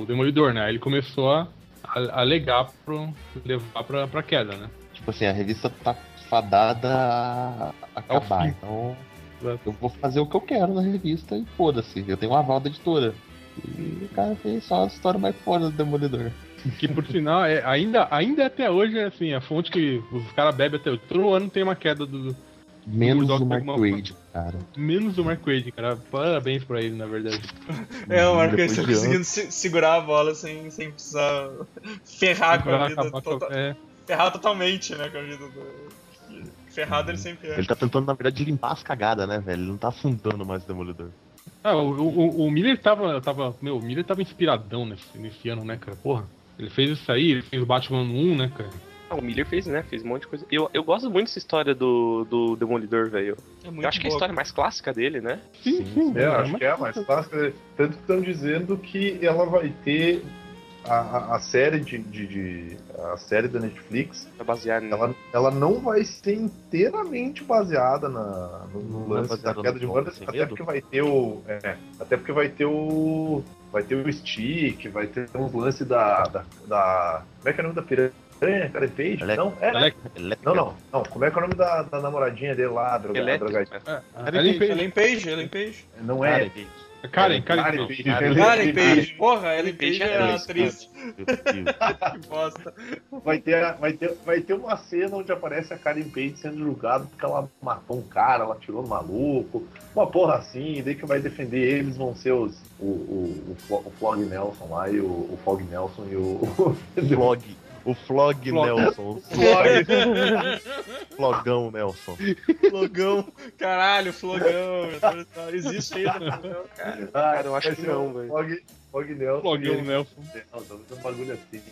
o Demolidor, né? Ele começou a, a, a legar pro. levar pra, pra queda, né?
Tipo assim, a revista tá fadada a acabar.
fim.
Então, eu vou fazer o que eu quero na revista e foda-se. Eu tenho um aval da editora. E o cara fez só a história mais foda do Demolidor.
Que por sinal, é, ainda, ainda até hoje é assim, a fonte que os caras bebem até hoje. Todo ano tem uma queda do.
Menos
Murdoch
o Mark
alguma coisa.
Wade, cara.
Menos o Mark Wade, cara. Parabéns pra ele, na verdade.
É, o Marco
Depois
está
de anos.
conseguindo se- segurar a bola sem, sem precisar ferrar Ah, com a
Vai
vida.
acabar com-
tota-
é,
Ferrar totalmente, né, com a vida do. Ferrado ele sempre é.
Ele tá tentando, na verdade, limpar as cagadas, né, velho? Ele não tá afundando mais o Demolidor.
Ah, o, o, o Miller tava, tava. Meu, o Miller tava inspiradão nesse, nesse ano, né, cara? Porra. Ele fez isso aí, ele fez o Batman 1, né, cara?
Ah, o Miller fez, né? Fez um monte de coisa. Eu, eu gosto muito dessa história do, do Demolidor, velho.
É muito
Eu acho que é a
boa.
história mais clássica dele, né?
Sim, sim.
É,
cara,
acho
mas-
que é a mais clássica. Tanto que estão dizendo que ela vai ter a, a, a série de, de- de- a série da Netflix.
Pra basear nela.
Ela, ela não vai ser inteiramente baseada na, no, no
Não é
lance da
baseada
queda
no
de
Tom
Murdoch,
Sem
até
Medo?
porque vai ter o é, até porque vai ter o vai ter o Stick, vai ter uns lances da, da da como é que é o nome da piranha? Cara, Page?
Alex-
Não, é,
Alex-
Elétrica.
não, não, não. Como é que é o nome da, da namoradinha dele lá, droga,
Elétrica.
é drogadinha?
Cara, é, ele fez-
Ellen Page, Ellen Page.
Não
Cara,
é.
gente.
Karen, Karen, não.
Page.
Ellen Page. Porra, Ellen
Ellen Page
Page
é
é a atriz.
atriz.
Meu Deus.
Que bosta.
Vai ter, a- vai, ter, vai ter uma cena onde aparece a Karen Page sendo julgada porque ela matou um cara, ela tirou um maluco, uma porra assim, e daí que vai defender eles vão ser os, o, o, o, Flo- o Flog Nelson lá e o, o Fog Nelson e o.
Flog. O Flog,
Flog.
Nelson.
Flog.
Flogão Nelson.
Flogão. Caralho, Flogão. Então, Existe né? ainda Flogão, cara.
Cara, eu acho que não, velho.
Ah, Flog, Flog Nelson.
Flogão
e ele-
Nelson.
Nelson, um bagulho assim.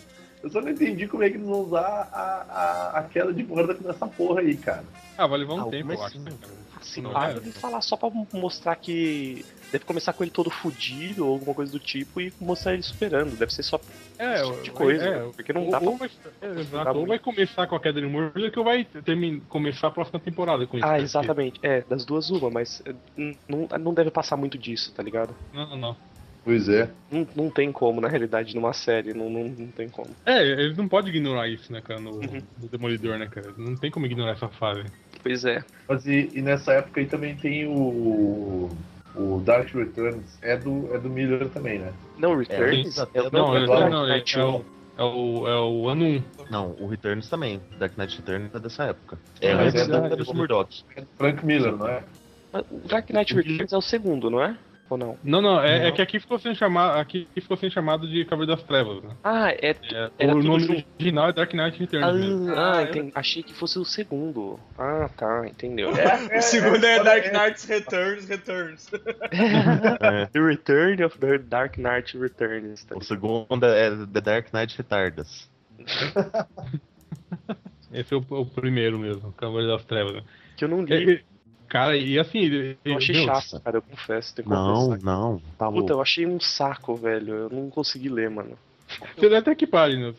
Eu só não entendi como é que eles vão usar a, a, a queda de borda nessa porra aí, cara.
Ah, vai levar um
Ah,
tempo,
mas
eu acho.
sim.
né, cara?
Assim,
Não,
ah,
cara.
eu vou falar só pra mostrar que. Deve começar com ele todo fudido ou alguma coisa do tipo e mostrar ele superando. Deve ser só
É,
esse tipo de coisa.
é,
né? porque não dá
ou, ou vai, é, exato, ou vai começar com a queda de Murdoch ou vai termin, começar a próxima temporada com isso.
pra. Ah,
né?
exatamente. É, das duas uma, mas é, n- não, não deve passar muito disso, tá ligado?
Não, não.
Pois é.
Não, não tem como, na realidade, numa série. Não, não, não tem como.
É, eles não podem ignorar isso, né, cara, no,
Uhum.
no Demolidor, né, cara? Não tem como ignorar essa fase.
Pois é.
Mas e, e nessa época aí também tem o. O Dark Returns. É do, é do Miller também, né?
Não, Returns?
É,
É, o-
Não,
é
é,
o
não,
Dark
não, é,
Knight
é
1.
o, é, o, é o ano 1.
Não, o Returns também. Dark Knight Returns é dessa época. É,
É
mas é da
verdade.
época do Murdoch.
É do Frank Miller, não é?
Mas O Dark Knight
Uhum.
Returns é o segundo, não é? Ou não?
Não, não, é, é
Não.
que aqui ficou sendo chamado, aqui ficou sendo chamado de Cavaleiro das Trevas, né?
Ah, é.
É, Uhum.
Era
o
tudo
nome
junto.
original é Dark Knight Returns. mesmo.
Ah,
Ah,
ah entendi. achei que fosse o segundo. Ah, tá, entendeu.
é,
O segundo é Dark
é-
Knights Returns, Returns.
É.
The Return of the Dark Knight Returns. Tá
O
ligado?
segundo é The Dark Knight Retardas.
Esse é o, o primeiro mesmo, Cavaleiro das Trevas. né?
que eu não li.
E- e- cara, e assim, ele-
Eu
ele-
achei
meu,
chato, cara, eu confesso. Tem que
Não,
confessar.
não. Tá
Puta,
louco.
eu achei um saco, velho. Eu não consegui ler, mano.
Você deve até que né? página.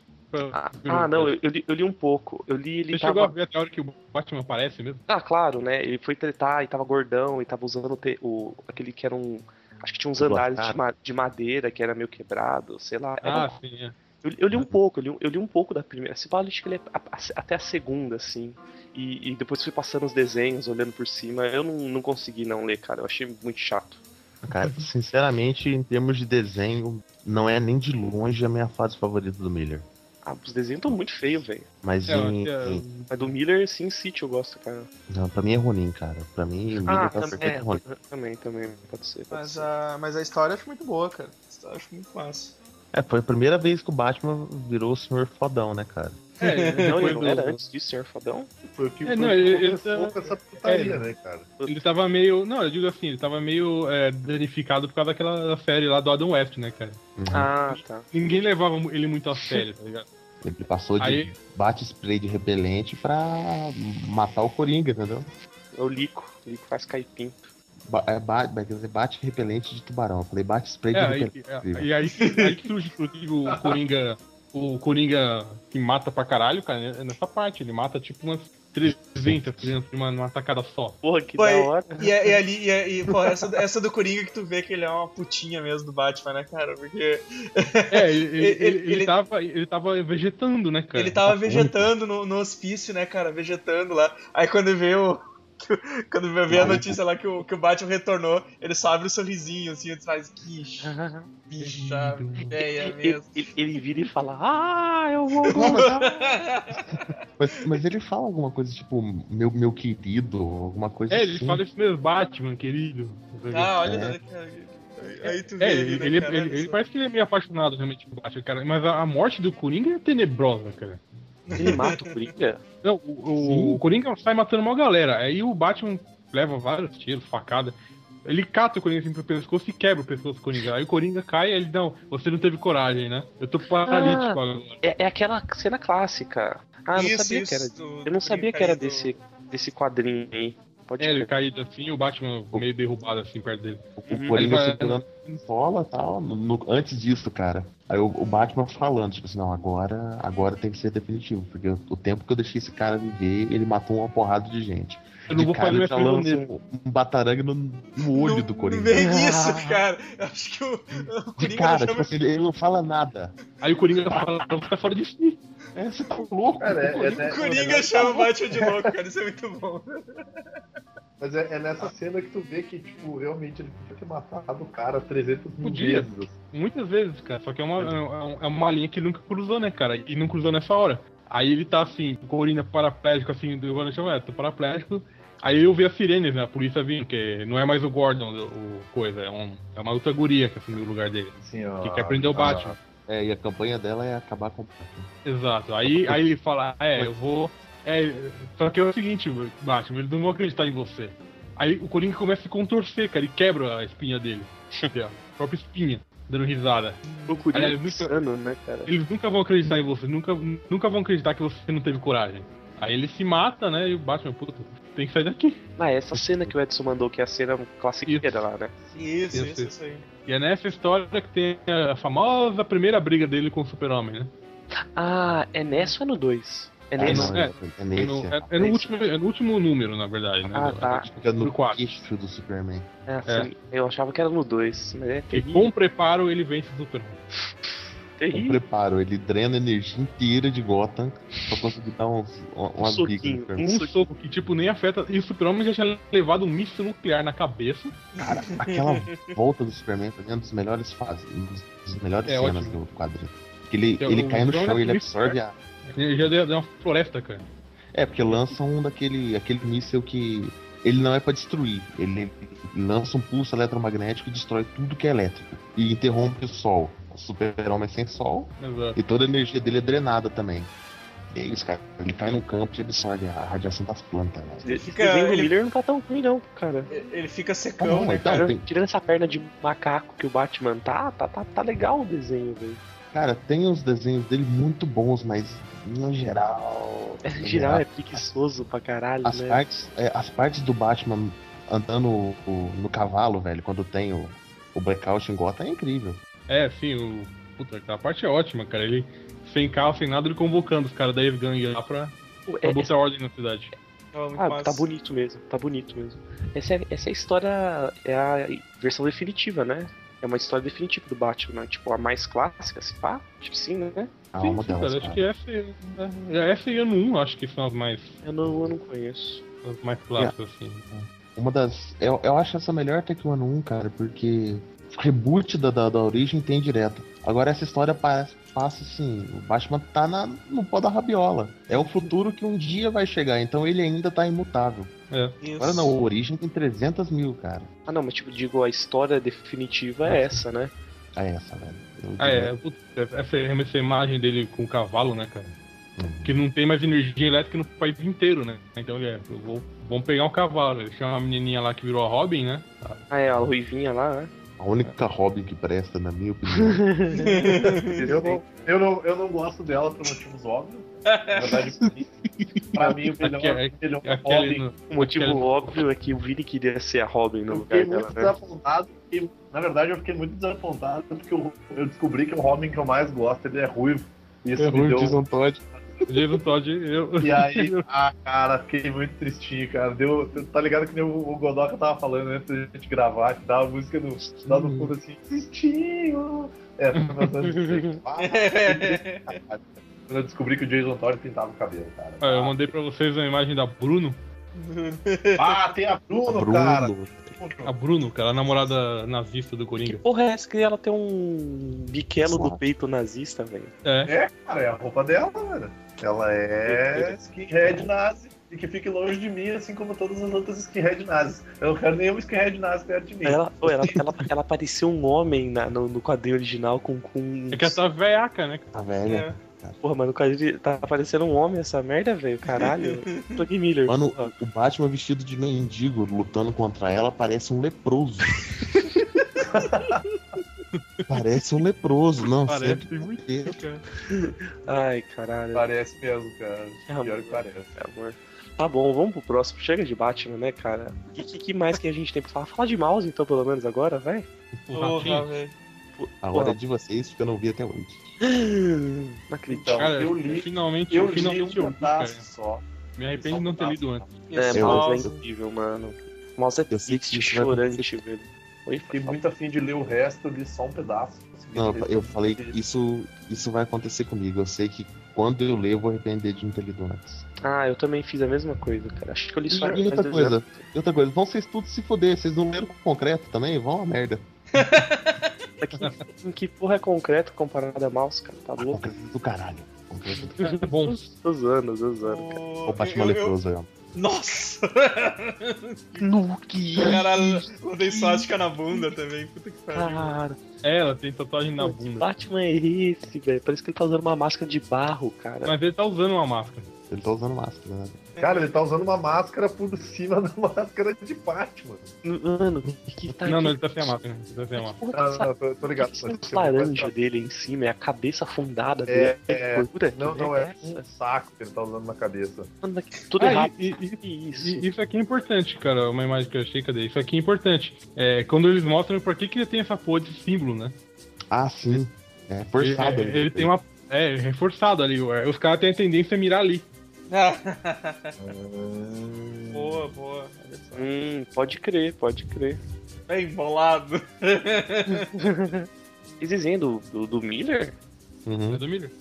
Ah, ah, não, eu, eu li, eu li um pouco. Eu li ele
Você chegou a
tava.
ver até a hora que o Batman aparece mesmo?
Ah, claro, né? Ele foi tretar e tava gordão e tava usando o, te- o- aquele que era um. Acho que tinha uns
Duas
andares de,
caras.
ma- de madeira que era meio quebrado, sei lá. Era um
Ah, sim, é.
Eu, eu li um pouco, eu li, eu li um pouco da primeira. Se fala, acho que ele é a- a- até a segunda, assim. E, e depois fui passando os desenhos, olhando por cima. Eu não, não consegui não ler, cara. Eu achei muito chato.
Cara, sinceramente, em termos de desenho, não é nem de longe a minha fase favorita do Miller.
Ah, os desenhos estão muito feios, velho.
Mas
É,
em,
é,
em-
Mas do Miller, sim, City eu gosto, cara.
Não, pra mim é Ronin, cara. Pra mim, o Miller
Ah,
tá
tam-
perfeito
é,
Ronin.
também, também. Pode ser. pode
Mas
ser.
a, mas a história eu acho muito boa, cara. A história eu acho muito massa.
É, foi a primeira vez que o Batman virou o senhor fodão, né, cara?
É,
Não,
depois
ele
do-
não era antes disso, Senhor Fodão?
Foi o que
É,
foi
não,
que
ele- ele
começou
tá-
com essa putaria,
é.
né, cara?
Ele tava meio. Não, eu digo assim, ele tava meio é, danificado por causa daquela série lá do Adam West, né, cara?
Ah, tá.
Ninguém levava mu- ele muito a sério, tá ligado?
Ele passou de
Aí-
bate-spray de repelente pra matar o Coringa, entendeu?
É o Lico. O Lico faz caipim.
Ba é ba quer dizer, bate-repelente de tubarão. Eu falei bate-spray
É,
de
aí,
repelente.
é, e aí, aí que surge, inclusive, o Coringa. O Coringa que mata pra caralho, cara, é nessa parte. Ele mata tipo umas 300 crianças de uma, numa tacada só.
Porra, que
Foi-
da hora.
E, é- e ali, e, é- e, pô, essa, essa do Coringa que tu vê que ele é uma putinha mesmo do Batman, né, cara? Porque
É, ele, ele,
Ele-
ele,
ele-
tava, ele tava vegetando, né, cara?
ele tava
Tá
vegetando no, no hospício, né, cara? Vegetando lá. Aí quando vê o. Quando vê a notícia lá que o, que o Batman retornou, ele só abre o sorrisinho, assim, e tu faz, que bicha velha
Ele,
É, mesmo.
ele- ele vira e fala: Ah, eu vou voltar.
Mas, mas ele fala alguma coisa tipo, meu, meu querido, alguma coisa
É,
assim.
ele fala isso mesmo, Batman, querido.
Ah, olha, né, cara. Aí- Aí tu vê
É,
ali,
ele,
né,
ele,
cara,
ele- ele
só-
parece que ele é meio apaixonado realmente por Batman, cara. Mas a, a morte do Coringa é tenebrosa, cara.
Ele mata o Coringa?
Não, o, o, o Coringa sai matando uma galera. Aí o Batman leva vários tiros, facada. Ele cata o Coringa assim pro pescoço e quebra o pescoço do Coringa. Aí o Coringa cai e ele, não, você não teve coragem, né? Eu tô
Ah.
paralítico agora.
É, é aquela cena clássica. Ah, eu não
Isso,
sabia
isso,
que era.
do-
Eu
do
não sabia que
Coringa
era
caído.
desse, desse quadrinho aí. Pode
É, ele
crer.
caído assim, o Batman meio derrubado assim perto dele.
O
Ele
Coringa
vai-
segurando a pistola e tal, no- no- antes disso, cara. Aí o, o Batman falando, tipo assim, não, agora, agora tem que ser definitivo, porque eu- o tempo que eu deixei esse cara viver, ele matou uma porrada de gente.
Eu não
de
vou
cara,
fazer mais
já
pergunta
lança
nele.
um, um batarangue no, no olho do
Não
Coringa.
vem isso, cara. Eu acho que o, o
De
Coringa
cara,
chama
tipo assim, ele não fala nada.
Aí o Coringa fala, você tá fora de si.
É, você tá louco?
Cara, é, é, né,
O
é um
Coringa
negócio-
chama o Batman de louco, cara. Isso é muito bom.
Mas é, é nessa cena que tu vê que, tipo, realmente ele podia ter matado o cara 300 mil
Podia.
vezes.
Muitas vezes, cara. Só que é uma, é, é uma linha que ele nunca cruzou, né, cara? E não cruzou nessa hora. Aí ele tá assim, o Coringa paraplégico, assim, do Ivan chama, é, tô paraplégico. Aí eu vi a sirene, né? A polícia vindo, que não é mais o Gordon, o, o coisa, é, um, é uma outra guria que assumiu o lugar dele.
Assim, ó,
Que quer prender o Batman.
É, e a campanha dela é acabar com o Batman.
Exato. Aí, aí ele fala, ah, é, eu vou. É, só que é o seguinte, Batman, eles não vão acreditar em você. Aí o Coringa começa a se contorcer, cara, e quebra a espinha dele. Entendeu? a própria espinha, dando risada.
O Coringa
Aliás,
é
nunca-
insano, né, cara?
Eles nunca vão acreditar em você, nunca, nunca vão acreditar que você não teve coragem. Aí ele se mata, né? E o Batman, puta, tem que sair daqui.
Ah, essa cena que o Edson mandou, que é a cena classiqueira lá, né?
Isso,
Isso,
isso,
isso.
isso aí.
E é nessa história que tem a famosa primeira briga dele com o Super-Homem, né?
Ah, é nessa ou é no 2? É
Ah,
nessa?
não,
é.
é
É
nesse.
no,
é.
é- é no último, é no último número, na verdade, né?
Ah, tá.
Fica
No
no
quatro.
queixo do Superman.
É, assim, Eu achava que era no 2, mas é
E
terrível.
com preparo ele vence o Super-Homem.
Um
terrível.
preparo, ele drena a energia inteira de Gotham pra conseguir dar uns, um,
Um
umas brigas
soquinho,
no Superman.
Um
Isso-
soco que, tipo, nem afeta. E o Super-Homem já tinha levado um míssil nuclear na cabeça.
Cara, aquela volta do Superman pra mim é uma das melhores fases, uma das melhores
É um
cenas do quadrinho. Que ele,
Eu-
ele cai no
eu
chão
olho
e ele
isso,
absorve a.
Ele né, já deu deu uma floresta, cara.
É, porque lança um daquele aquele míssel que. Ele não é pra destruir, ele lança um pulso eletromagnético e destrói tudo que é elétrico. E interrompe o sol. O super-homem é sem sol
Exato.
e toda a energia dele é drenada também. E é isso, cara. Ele cai no campo e absorve a radiação das plantas. né?
Esse
Cara,
desenho do
ele-
Miller não tá tão ruim, não, cara.
Ele fica
Tá
secão,
bom,
né,
então,
cara?
tem,
Tirando essa perna de macaco que o Batman tá, tá, tá, tá legal o desenho, velho.
Cara, tem uns desenhos dele muito bons, mas no geral. no
Giral é preguiçoso pra caralho,
as,
né?
partes, é, as partes do Batman andando o- o- no cavalo, velho, quando tem o, o blackout em Gotham é incrível.
É, sim, o. Puta, aquela parte é ótima, cara. Ele sem carro, sem nada, ele convocando os caras da Eve Gang lá pra,
Pô, é-
pra botar ordem na cidade.
Tava muito
Ah,
massa.
tá bonito mesmo, tá bonito mesmo. Essa é, essa é a história, é a versão definitiva, né? É uma história definitiva do Batman, né? tipo a mais clássica, se pá, tipo sim, né?
A
Sim,
alma
sim,
delas,
cara,
cara.
acho que essa, é- é essa e ano 1, acho que são as mais,
Eu não, eu não conheço.
as mais clássicas,
É.
assim.
Uma das. Eu, eu acho essa melhor até que o ano 1, cara, porque o reboot da, da, da origem tem direto. Agora essa história parece, passa assim. O Batman tá na, no pó da rabiola. É o futuro que um dia vai chegar, então ele ainda tá imutável.
Isso.
Agora não, o Origem tem 300 mil, cara.
Ah não, mas tipo, digo, a história definitiva é essa, né?
a essa, velho. Eu
Ah,
diria-
é. Putz, Essa, essa imagem dele com o cavalo, né, cara?
Uhum.
Que não tem mais energia elétrica no país inteiro, né? Então ele é, eu vou, vamos pegar um cavalo. Ele chama a menininha lá que virou a Robin, né?
Ah, é, a ruivinha lá, né?
A única Robin que presta, na minha opinião. é
Eu não, eu, não, eu não gosto dela por motivos óbvios. Na verdade, pra mim- pra mim, o melhor,
Aquele-
o melhor
Aquele,
Robin
no-
O motivo
aquele-
óbvio é que o Vini queria ser a Robin no
Eu
lugar
fiquei
dela,
muito
né?
desapontado. porque, na verdade, eu fiquei muito desapontado porque eu, eu descobri que o Robin que eu mais gosto ele é ruivo. Isso
É
me
ruim,
deu.
diz um Todd.
Jason Todd, eu.
E aí, ah, cara, fiquei muito tristinho, cara. Deu, tá ligado que nem o, o Godoka tava falando antes da gente gravar, que dava a música no, lá no fundo assim, tristinho. É, foi meu sonho de ser. Ah, Quando eu descobri que o Jason Todd pintava o cabelo, cara.
Ah, eu mandei pra vocês a imagem da Bruno.
Ah, tem a Bruno,
Bruno.
cara.
A Bruno, cara, a namorada nazista do
Que
Coringa.
porra é essa que ela tem um biquelo do
Exato.
peito nazista, velho?
É.
É, cara, é a roupa dela, velho. Ela é skinhead nazi. E que fique longe de mim, assim como todas as outras skinhead nazis. Eu não quero nenhuma skinhead nazi perto de mim.
Ela, pô, ela, ela, ela parecia um homem na- no, no quadrinho original com. com...
É que ela tá veiaca, né?
A velha.
Porra, mano, o quadrinho tá parecendo um homem essa merda, velho. Caralho. Tony Miller.
Mano,
porra.
o Batman vestido de mendigo lutando contra ela parece um leproso. parece um leproso, não.
Parece
Parece.
muito, cara.
Ai, caralho.
Parece mesmo, cara. Pior que parece.
É, amor. Tá bom, vamos pro próximo. Chega de Batman, né, cara? O que, que- que mais que a gente tem pra falar? Fala de mouse, então, pelo menos agora, vai.
O ratinho.
velho.
A hora é de vocês, porque eu não vi até hoje.
Não acredito.
Então,
Cara,
eu li.
finalmente,
Eu li um
finalmente eu vi, cara.
pedaço só.
Me arrependo de não ter lido antes.
É,
Eu-
mouse é incrível, mano. Mouse é
Eu sei que
triste,
isso vai
chorante, velho. Oi,
Fiquei
fala.
muito afim de ler o resto, eu li só um pedaço. Consegui
Não,
ler.
eu falei que isso, isso vai acontecer comigo. Eu sei que quando eu ler, eu vou arrepender de não ter lido antes.
Ah, eu também fiz a mesma coisa, cara. Acho que eu li só.
E outra coisa, e outra coisa, vão vocês tudo se foder. Vocês não leram concreto também? Vão a merda.
Em que porra é concreto comparado a mouse, cara? Tá louco?
Concreto do caralho. Concreto do
É bom.
Usando, usando, cara.
O Batman
Eu- eu-
leproso, aí, ó.
Nossa!
Nuke!
Caralho, ela tem sótica na bunda também. Puta que pariu.
Cara,
É, ela tem tatuagem na
o
bunda.
Batman é esse, velho. Parece que ele tá usando uma máscara de barro, cara.
Mas ele tá usando uma máscara.
Ele tá usando máscara, né?
Cara, ele tá usando uma máscara por cima da máscara de Batman.
Mano, que tá
Não,
que-
não, ele tá sem a máscara. Ele tá sem a máscara.
Porra,
Ah,
essa-
não, tô, tô ligado.
essa laranja dele em cima é a cabeça afundada
É,
dele. É,
Não, não, é um saco que ele tá usando na cabeça.
é Tudo
Ah,
errado.
e-
Isso.
E isso aqui é importante, cara. Uma imagem que eu achei, cadê? Isso aqui é importante. É, quando eles mostram pra que, que ele tem essa porra de símbolo, né?
Ah, sim. É forçado.
Ele, ele tem uma. É, reforçado ali. ué. Os caras têm a tendência a mirar ali.
boa, boa.
Hum, pode crer, pode crer.
Bem embolado.
E dizendo do, do Miller?
Uhum.
É do Miller.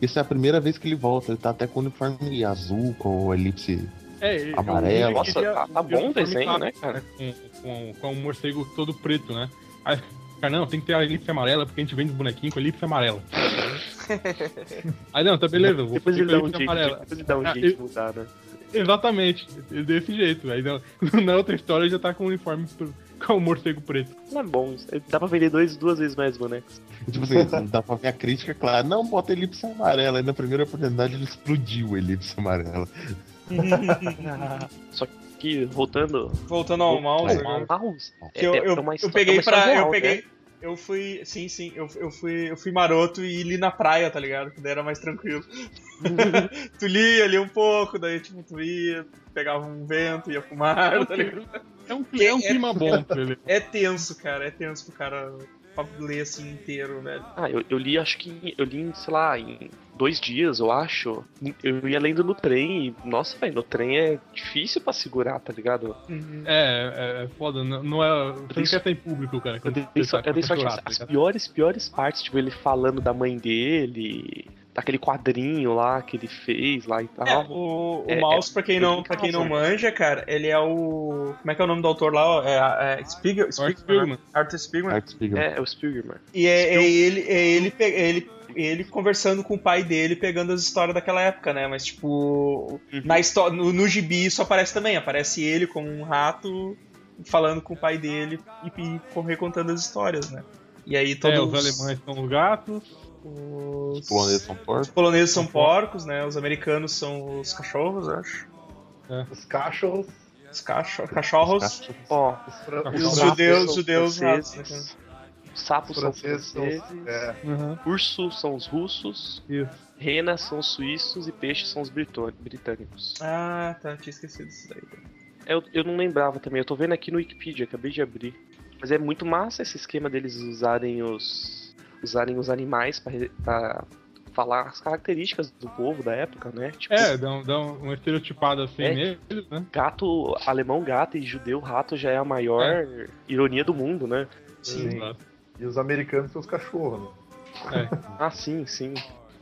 Isso é a primeira vez que ele volta. Ele tá até com o uniforme azul, com o elipse.
É, é,
Amarelo.
o Miller
Nossa,
queria-
tá, tá bom o desenho, né, cara?
Com, com, com o morcego todo preto, né? Aí, cara, não, tem que ter a elipse amarela, porque a gente vende bonequinho com elipse amarela. Aí não, tá beleza, eu vou
Depois
fazer
ele dá um
com elipse
jeito,
amarela.
depois ele dá um
Ah,
jeito de mudar, né?
Exatamente, desse jeito. Aí na, na outra história ele já tá com o uniforme pro- com o morcego preto.
Não é bom. isso. Dá pra vender dois, duas vezes mais bonecos.
Tipo assim, não dá pra ver a crítica, claro. Não, bota elipse amarela. E na primeira oportunidade ele explodiu a elipse amarela.
Que, voltando
Voltando ao mouse
Vai.
agora.
ao mouse,
Que eu, eu, eu
histó- é
peguei
uma história
pra.
real,
eu peguei.
né?
Eu fui. Sim, sim, eu, eu fui. Eu fui maroto e li na praia, tá ligado? Que daí era mais tranquilo. tu lia ali um pouco, daí tipo, tu ia, pegava um vento, ia fumar, tá ligado?
É um, é um clima bom, beleza.
É tenso, cara. É tenso pro cara pra ler assim inteiro, velho.
Ah, eu, eu li, acho que. em- Eu li, em, sei lá, em dois dias, eu acho. Eu ia lendo no trem e. Nossa, velho, no trem é difícil pra segurar, tá ligado?
É, é, é foda, não, não é. Você não quer ter em público, cara.
Eu
quando
dei,
você
só-
tá
eu dei
com
sorte.
chorar, tá
As
ligado?
piores, piores partes, tipo, ele falando da mãe dele, daquele quadrinho lá que ele fez lá e
É,
tal.
o, o
É,
mouse, pra quem, não,
é
pra quem
casa.
não manja, cara, ele é o. Como é que é o nome do autor lá? É, é Spiegel,
Art
Spiegel, né?
Spiegelman.
Arthur Spiegel.
Art Spiegelman.
É, é o Spielberg.
E é, é ele, é ele, pe- é ele, ele conversando com o pai dele, pegando as histórias daquela época, né? Mas, tipo, na histó- no, no gibi isso aparece também. Aparece ele como um rato falando com o pai dele e, e recontando as histórias, né? E aí
É,
todos
os alemães são os gatos.
os-
Os poloneses são
é Os
porcos.
poloneses são porcos, né? Os americanos são os cachorros, eu acho.
Os cachorros.
Os cacho- cachorros.
Os cachorros.
Ó,
Os, fran-
Os
os
Os
ratos
judeus,
são-
judeus, ratos, né, cara?
franceses. Os sapos
Os
são
franceses são-
franceses.
É,
Uhum.
Urso são os russos.
Isso.
Renas são os suíços. E peixes são os britô- britânicos. É,
Ah, tá, tinha esquecido isso daí.
Eu, eu não lembrava também, eu tô vendo aqui no Wikipedia, acabei de abrir. Mas é muito massa esse esquema deles usarem os. usarem os animais pra, re- pra falar as características do povo da época, né? Tipo,
É, dá, um- dá um- uma estereotipada assim
É.
neles, né?
gato, alemão gato e judeu rato já é a maior ironia do mundo, né?
Sim.
Exato.
e os americanos são os cachorros, né?
Ah, sim, sim.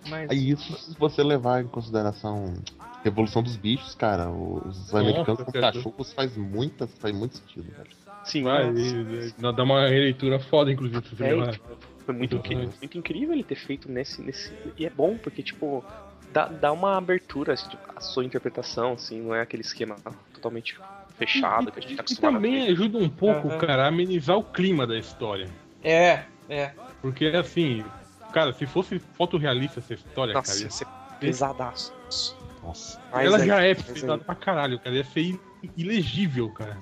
Mas...
Aí isso, se você levar em consideração a Revolução dos Bichos, cara, os americanos com
cara.
cachorros faz, muitas, faz muito sentido, cara.
Sim,
Vai,
mas
e- e- dá uma releitura foda, inclusive, se você
É,
levar.
foi muito, incri- muito incrível ele ter feito nesse, nesse. E é bom, porque, tipo, dá, dá uma abertura assim, tipo, à sua interpretação, assim, não é aquele esquema totalmente fechado que a gente tá
E
acostumado a ver.
também ajuda um pouco,
Aham.
cara, a amenizar o clima da história.
É, é.
Porque, assim, cara, se fosse fotorrealista essa história,
Nossa,
cara,
ia ser pesadaço.
Nossa.
Mas
ela
aí-
já é
mas aí-
pesada pra caralho, cara. Ia ser i- ilegível, cara.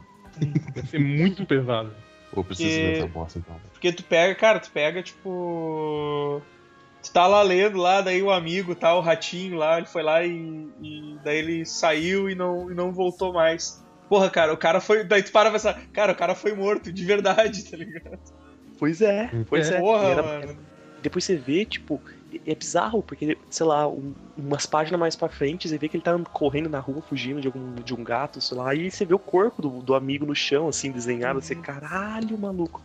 Ia ser muito pesado.
Eu preciso
Que-
ver essa bosta então.
Porque tu pega, cara, tu pega, tipo. Tu tá lá lendo lá, daí o amigo, tá, o ratinho lá, ele foi lá e. e daí ele saiu e não, e não voltou mais. Porra, cara, o cara foi. Daí tu para pra pensar, cara, o cara foi morto, de verdade, tá ligado?
Pois é, pois é.
Porra,
E era-
mano.
Depois você vê, tipo, e- é bizarro, porque, sei lá, um- umas páginas mais pra frente, você vê que ele tá correndo na rua, fugindo de algum de um gato, sei lá, e você vê o corpo do, do amigo no chão, assim, desenhado, você, caralho, maluco.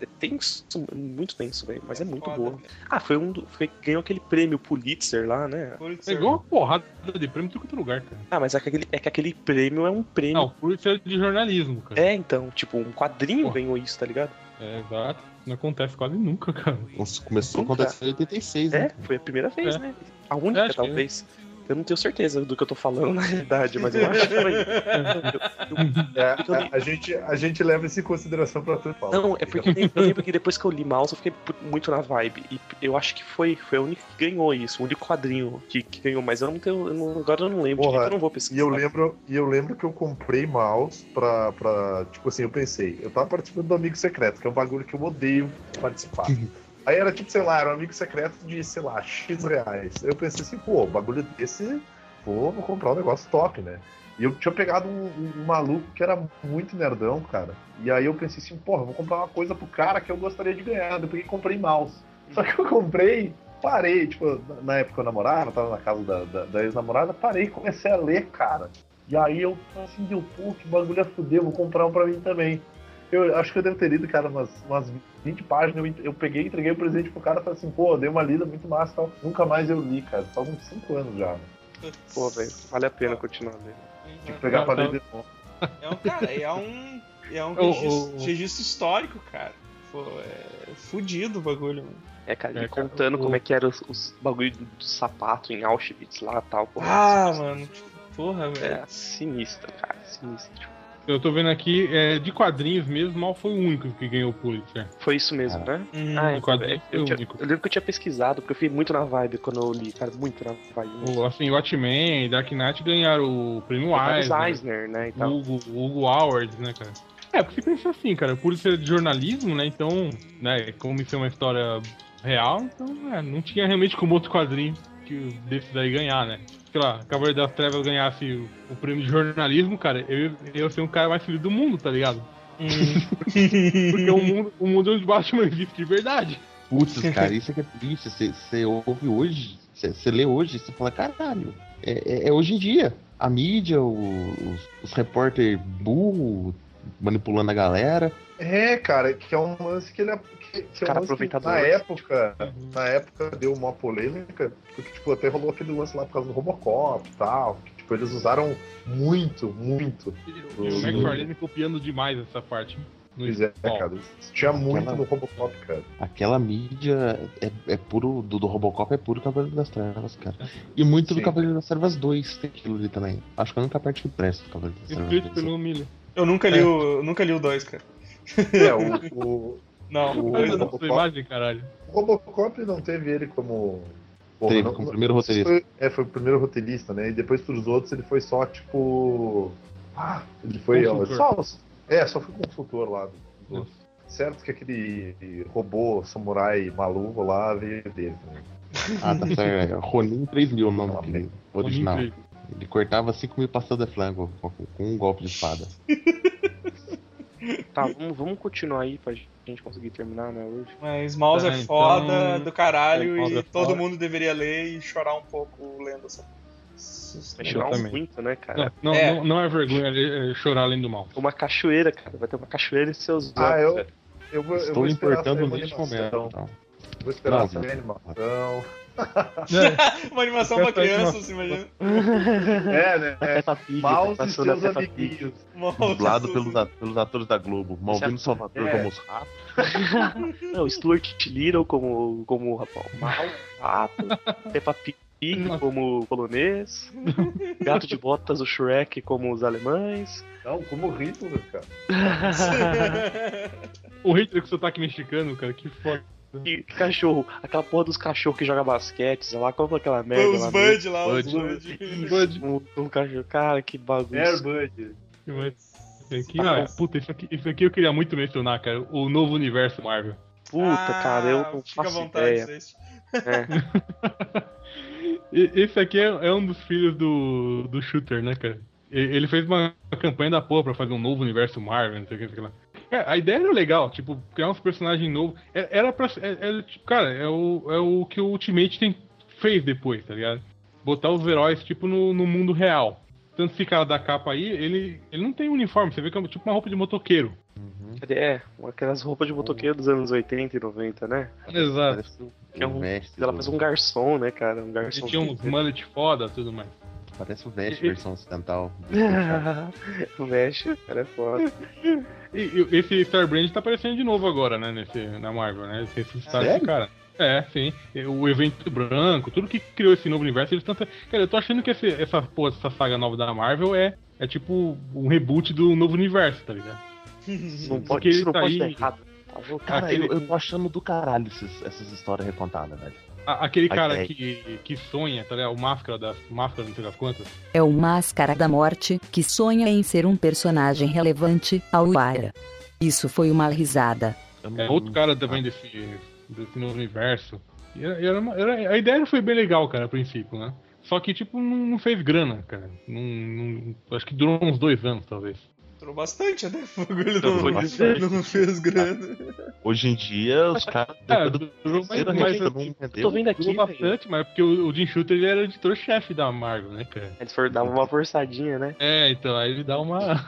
É tenso, muito tenso, velho, mas é, muito
Foda,
boa.
velho.
Ah, foi um do, foi- ganhou aquele prêmio Pulitzer lá, né?
É
Pulitzer.
igual uma porrada de prêmio em todo lugar, cara.
Ah, mas é que aquele, é que aquele prêmio é um prêmio.
Não, por isso é de jornalismo, cara.
É, então, tipo, um quadrinho
Porra.
ganhou isso, tá ligado?
É, exato. Não acontece quase nunca, cara.
Nossa, começou a
Nunca.
acontecer em 86,
É,
né?
foi a primeira vez,
É.
né? A única,
É, acho que é.
talvez. Eu não tenho certeza do que eu tô falando, na realidade, mas eu acho que foi.
Uhum.
É, a, a gente, a gente leva isso em consideração pra tudo. Paulo.
Não, é porque eu lembro que depois que eu li Mouse, eu fiquei pu- muito na vibe. E eu acho que foi, foi a única que ganhou isso, o único quadrinho que, que ganhou, mas eu não tenho. eu não- agora eu não lembro,
Porra,
então eu não vou pesquisar.
E eu lembro, e eu lembro que eu comprei mouse pra, pra. Tipo assim, eu pensei, eu tava participando do Amigo Secreto, que é um bagulho que eu odeio participar. Aí era tipo, sei lá, era um amigo secreto de, sei lá, X reais. Eu pensei assim, pô, bagulho desse, pô, vou comprar um negócio top, né? E eu tinha pegado um, um- um maluco que era muito nerdão, cara. E aí eu pensei assim, porra, vou comprar uma coisa pro cara que eu gostaria de ganhar. Eu peguei e comprei mouse. Só que eu comprei, parei, tipo, na- na época eu namorava, tava na casa da, da- da ex-namorada, parei e comecei a ler, cara. E aí eu falei assim, deu pô, que bagulho é fuder, vou comprar um pra mim também. Eu acho que eu devo ter lido, cara, umas, umas 20 páginas, eu, ent- eu peguei, entreguei o presente pro cara e falei assim, pô, dei uma lida muito massa e tal. Nunca mais eu li, cara. Faz uns 5 anos já. né?
Pô, velho, vale a pena continuar vendo.
Tinha que pegar
Ah,
pra
tá.
ler de novo.
É um cara, é um. É um
Ô, ô,
registro,
ô.
registro histórico, cara. Pô, é fudido o bagulho, mano.
É, cara,
É,
ele
cara,
contando
o-
como é que eram os, os bagulho do, do sapato em Auschwitz lá tal. Porra,
Ah, mano. tipo, Porra, velho.
É sinistro, cara, sinistro.
Eu tô vendo aqui, é, de quadrinhos mesmo, mal foi o único que ganhou o Pulitzer.
Foi isso mesmo, né?
Hum.
Ah,
O
então,
quadrinho
é,
foi
eu,
o
tinha-
um único.
eu lembro que eu tinha pesquisado, porque eu fiquei muito na vibe quando eu li, cara, muito na vibe. mesmo.
O, assim, Watchmen e Dark Knight ganharam o prêmio
Vários
Eisner.
Eisner, né? E
O
tal.
Hugo, o Hugo Awards, né, cara? Tá. É, porque pensa assim, cara, por ser de jornalismo, né? Então, né, como isso é uma história real, então é, não tinha realmente como outro quadrinho que o- desse daí ganhar, né? Sei lá, Cavaleiro das Trevas ganhasse o, o prêmio de jornalismo, cara, eu, eu ia ser o cara mais feliz do mundo, tá ligado?
hum.
Porque o mundo, o mundo é onde Batman existe de verdade.
Putz, cara, isso é que é triste. Você- Você ouve hoje, você- você lê hoje, você fala, caralho, é, é- é hoje em dia. A mídia, o- os, os repórter burro manipulando a galera.
É, cara, que é um lance que ele que, que é um
Cara
lance que,
aproveitador. né?
na época, na época deu uma polêmica, porque tipo, até rolou aquele lance lá por causa do Robocop e tal, que, tipo, eles usaram muito, muito.
E o McFarlane copiando demais essa parte. No
Pois é,
Ó,
cara, isso tinha muito
Aquela-
no Robocop, cara.
Aquela mídia é, é puro. Do, do Robocop é puro Cavaleiro das Trevas, cara. E muito
Sim.
do Cavaleiro das Trevas 2 tem aquilo ali também. Acho que é a única parte que presta do
é.
Cavaleiro das Trevas
Escrito
2.
pelo Miller.
Eu nunca li o. eu nunca li o 2, cara.
É, o, o,
Não.
O-
Olha
não.
essa sua imagem, caralho.
O Robocop não teve ele como. Porra,
Teve
não-
como primeiro roteirista.
Foi, é, foi o primeiro roteirista, né? E depois pros outros ele foi só, tipo. Ah, ele foi. ó,
Consultor.
só, é, só foi consultor lá dos outros. Certo que aquele robô samurai maluco lá veio dele. Né?
Ah, tá certo. é Ronin 3000 o nome
Ah,
dele, original.
Olha, incrível.
Ele cortava 5 mil passadas de flango com, com um golpe de espada.
Tá, vamos, vamos continuar aí pra gente conseguir terminar, né, hoje.
Mas Mouse
Tá,
é
então-
foda do caralho
Mouse
e
é
todo
foda.
mundo deveria ler e chorar um pouco lendo essa. essa-
Vai chorar uns
Exatamente.
muito, né, cara?
Não, não,
É.
não, não é vergonha é- é chorar além do mal.
Uma cachoeira, cara. Vai ter uma cachoeira em seus
Ah,
olhos,
eu-
velho.
Eu vou, eu
Estou
vou esperar sair
importando
uma
neste momento.
animação.
então.
Vou esperar
Não,
sair
não.
a animação.
É,
Uma animação pra criança, se imagina.
É, né? É.
Peppa Pig,
Mouse e
passou
seus
da Peppa Pig.
amiguinhos.
Mouse,
Dublado
assim.
pelos, a- pelos atores da Globo. Malvino Salvador
É.
como os ratos.
Não, Stuart Little como, como rapaz, mal, pato, Peppa Pig como polonês, Gato de Botas, o Shrek como os alemães.
Não, como Hitler, cara.
o Hitler com sotaque mexicano, cara, que foda.
E cachorro, aquela porra dos cachorros que joga basquete, sei lá, como aquela merda
Os
lá
Bud lá, os
Bud.
Bud.
Bud,
mesmo? Um, um cachorro, cara, que
É,
bagunça.
Airbud.
que mais? Isso aqui, ah, puta, isso aqui, isso aqui eu queria muito mencionar, cara. O novo universo Marvel.
Puta,
Ah,
cara, eu não
fica à
faço
vontade,
ideia.
vocês.
né?
E- Esse aqui é, é um dos filhos do, do Shooter, né, cara? E- Ele fez uma campanha da porra pra fazer um novo universo Marvel, não sei o que, não sei o que lá. Cara, a ideia era legal, tipo, criar uns personagens novos. É- Era pra. é- era, tipo, cara, é o, é o que o Ultimate tem, fez depois, tá ligado? Botar os heróis, tipo, no, no mundo real. Tanto esse cara da capa aí, ele, ele não tem uniforme, você vê que é tipo uma roupa de motoqueiro.
Cadê? É, aquelas roupas de motoqueiro dos anos 80 e 90, né?
Exato.
Parece o
Que é um-
o veste.
Ela
do-
faz um garçom, né, cara? Um
Ele
garçom.
tinha uns mullet foda e tudo mais.
Parece o veste versão ocidental.
né,
Mexe, cara, é foda.
E, e esse Star Brand tá aparecendo de novo agora, né? Nesse, na Marvel, né? Esse ressuscitado
Sério?
esse cara. É, sim. O evento branco, tudo que criou esse novo universo, eles estão. Cara, eu tô achando que esse- essa, porra, essa saga nova da Marvel é, é tipo um reboot do novo universo, tá ligado?
Não
Porque
pode, isso
ele
não
tá
pode dar
aí-
errado. Tá louco?
Cara,
Aquele-
eu, eu tô achando do caralho esses- essas histórias recontadas, velho.
A- aquele
Ai,
cara
ai.
que, que sonha, tá ligado? O máscara das. Máscara, não sei das quantas.
É o Máscara da Morte, que sonha em ser um personagem relevante ao Uara. Isso foi uma risada.
Eu
É
não-
outro cara também
tá.
desse, desse novo universo. E era- era uma- era- a ideia foi bem legal, cara, a princípio, né? Só que, tipo, não, não fez grana, cara. Não, não- acho que durou uns dois anos, talvez.
Durou bastante, né? O bagulho
Durou
não,
bastante.
não fez grana.
Hoje em dia, os caras.
É,
depois do
durou mais,
terceiro
mais
remake, não
Eu tô
vendeu.
vendo aqui,
durou
velho.
bastante, mas é porque o, o Jim Shooter ele era o editor-chefe da Marvel, né, cara?
Eles foram dar uma forçadinha, né?
É, então, aí ele dá uma.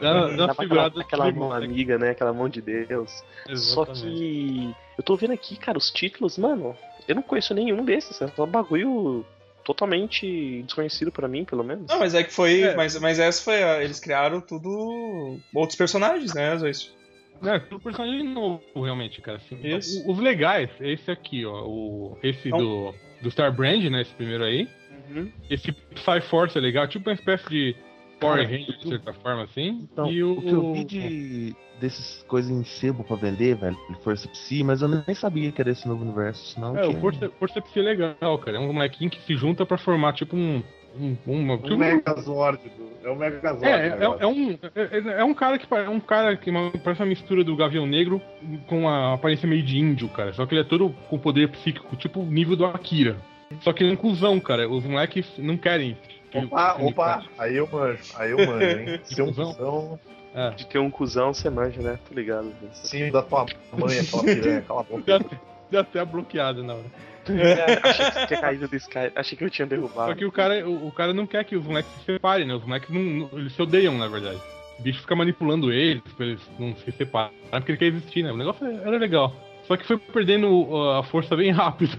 dá, dá uma
Dava
segurada
aquela, aquela
no
mão
clima, né?
amiga, né? Aquela mão de Deus. Só
Exatamente.
que eu tô vendo aqui, cara, os títulos, mano, eu não conheço nenhum desses. É só bagulho totalmente desconhecido pra mim, pelo menos.
Não, mas é que foi.
É.
Mas, mas essa foi. a- Eles criaram tudo. Outros personagens, né? Às vezes.
É, tudo personagem novo, realmente, cara. Assim,
Isso.
o- os legais, esse aqui, ó. O, esse
Então-
do, do Star Brand, né? Esse primeiro aí.
Uhum.
Esse Psy-Force é legal, tipo uma espécie de Power
Cara,
Ranger, de
tu-
certa forma, assim.
Então,
e o,
o que eu
um-
vi de, dessas coisas em sebo pra vender, velho, Força Psy, mas eu nem sabia que era esse novo universo, senão.
É, o
tinha.
Força, Força Psy é legal, cara. É um molequinho que se junta pra formar, tipo, um... um, uma- tipo
Um
um-
Megazord. do- É um Megazord.
é, é,
o
é,
negócio.
é um, é, é um cara que pa- é um cara que uma- parece uma mistura do Gavião Negro com a aparência meio de índio, cara. Só que ele é todo com poder psíquico, tipo o nível do Akira. Só que ele é um cuzão, cara. Os moleques não querem. que-
Opa,
que-
Ah, opa, aí eu manjo, aí eu manjo, hein? Se um cuzão,
É.
De ter um cuzão, você manja, né? Tô ligado. velho.
sim, da tua mãe, aquela piranha, cala a boca.
Dá até- Dá até a bloqueada na hora.
É, achei que você tinha caído do Sky. Achei que eu tinha
Só
derrubado.
que o cara, o, o cara não quer que os moleques se separem, né? Os moleques não, não- eles se odeiam, na verdade. O bicho fica manipulando eles pra eles não se separarem, porque ele quer existir, né? O negócio era legal. Só que foi perdendo uh, a força bem rápido.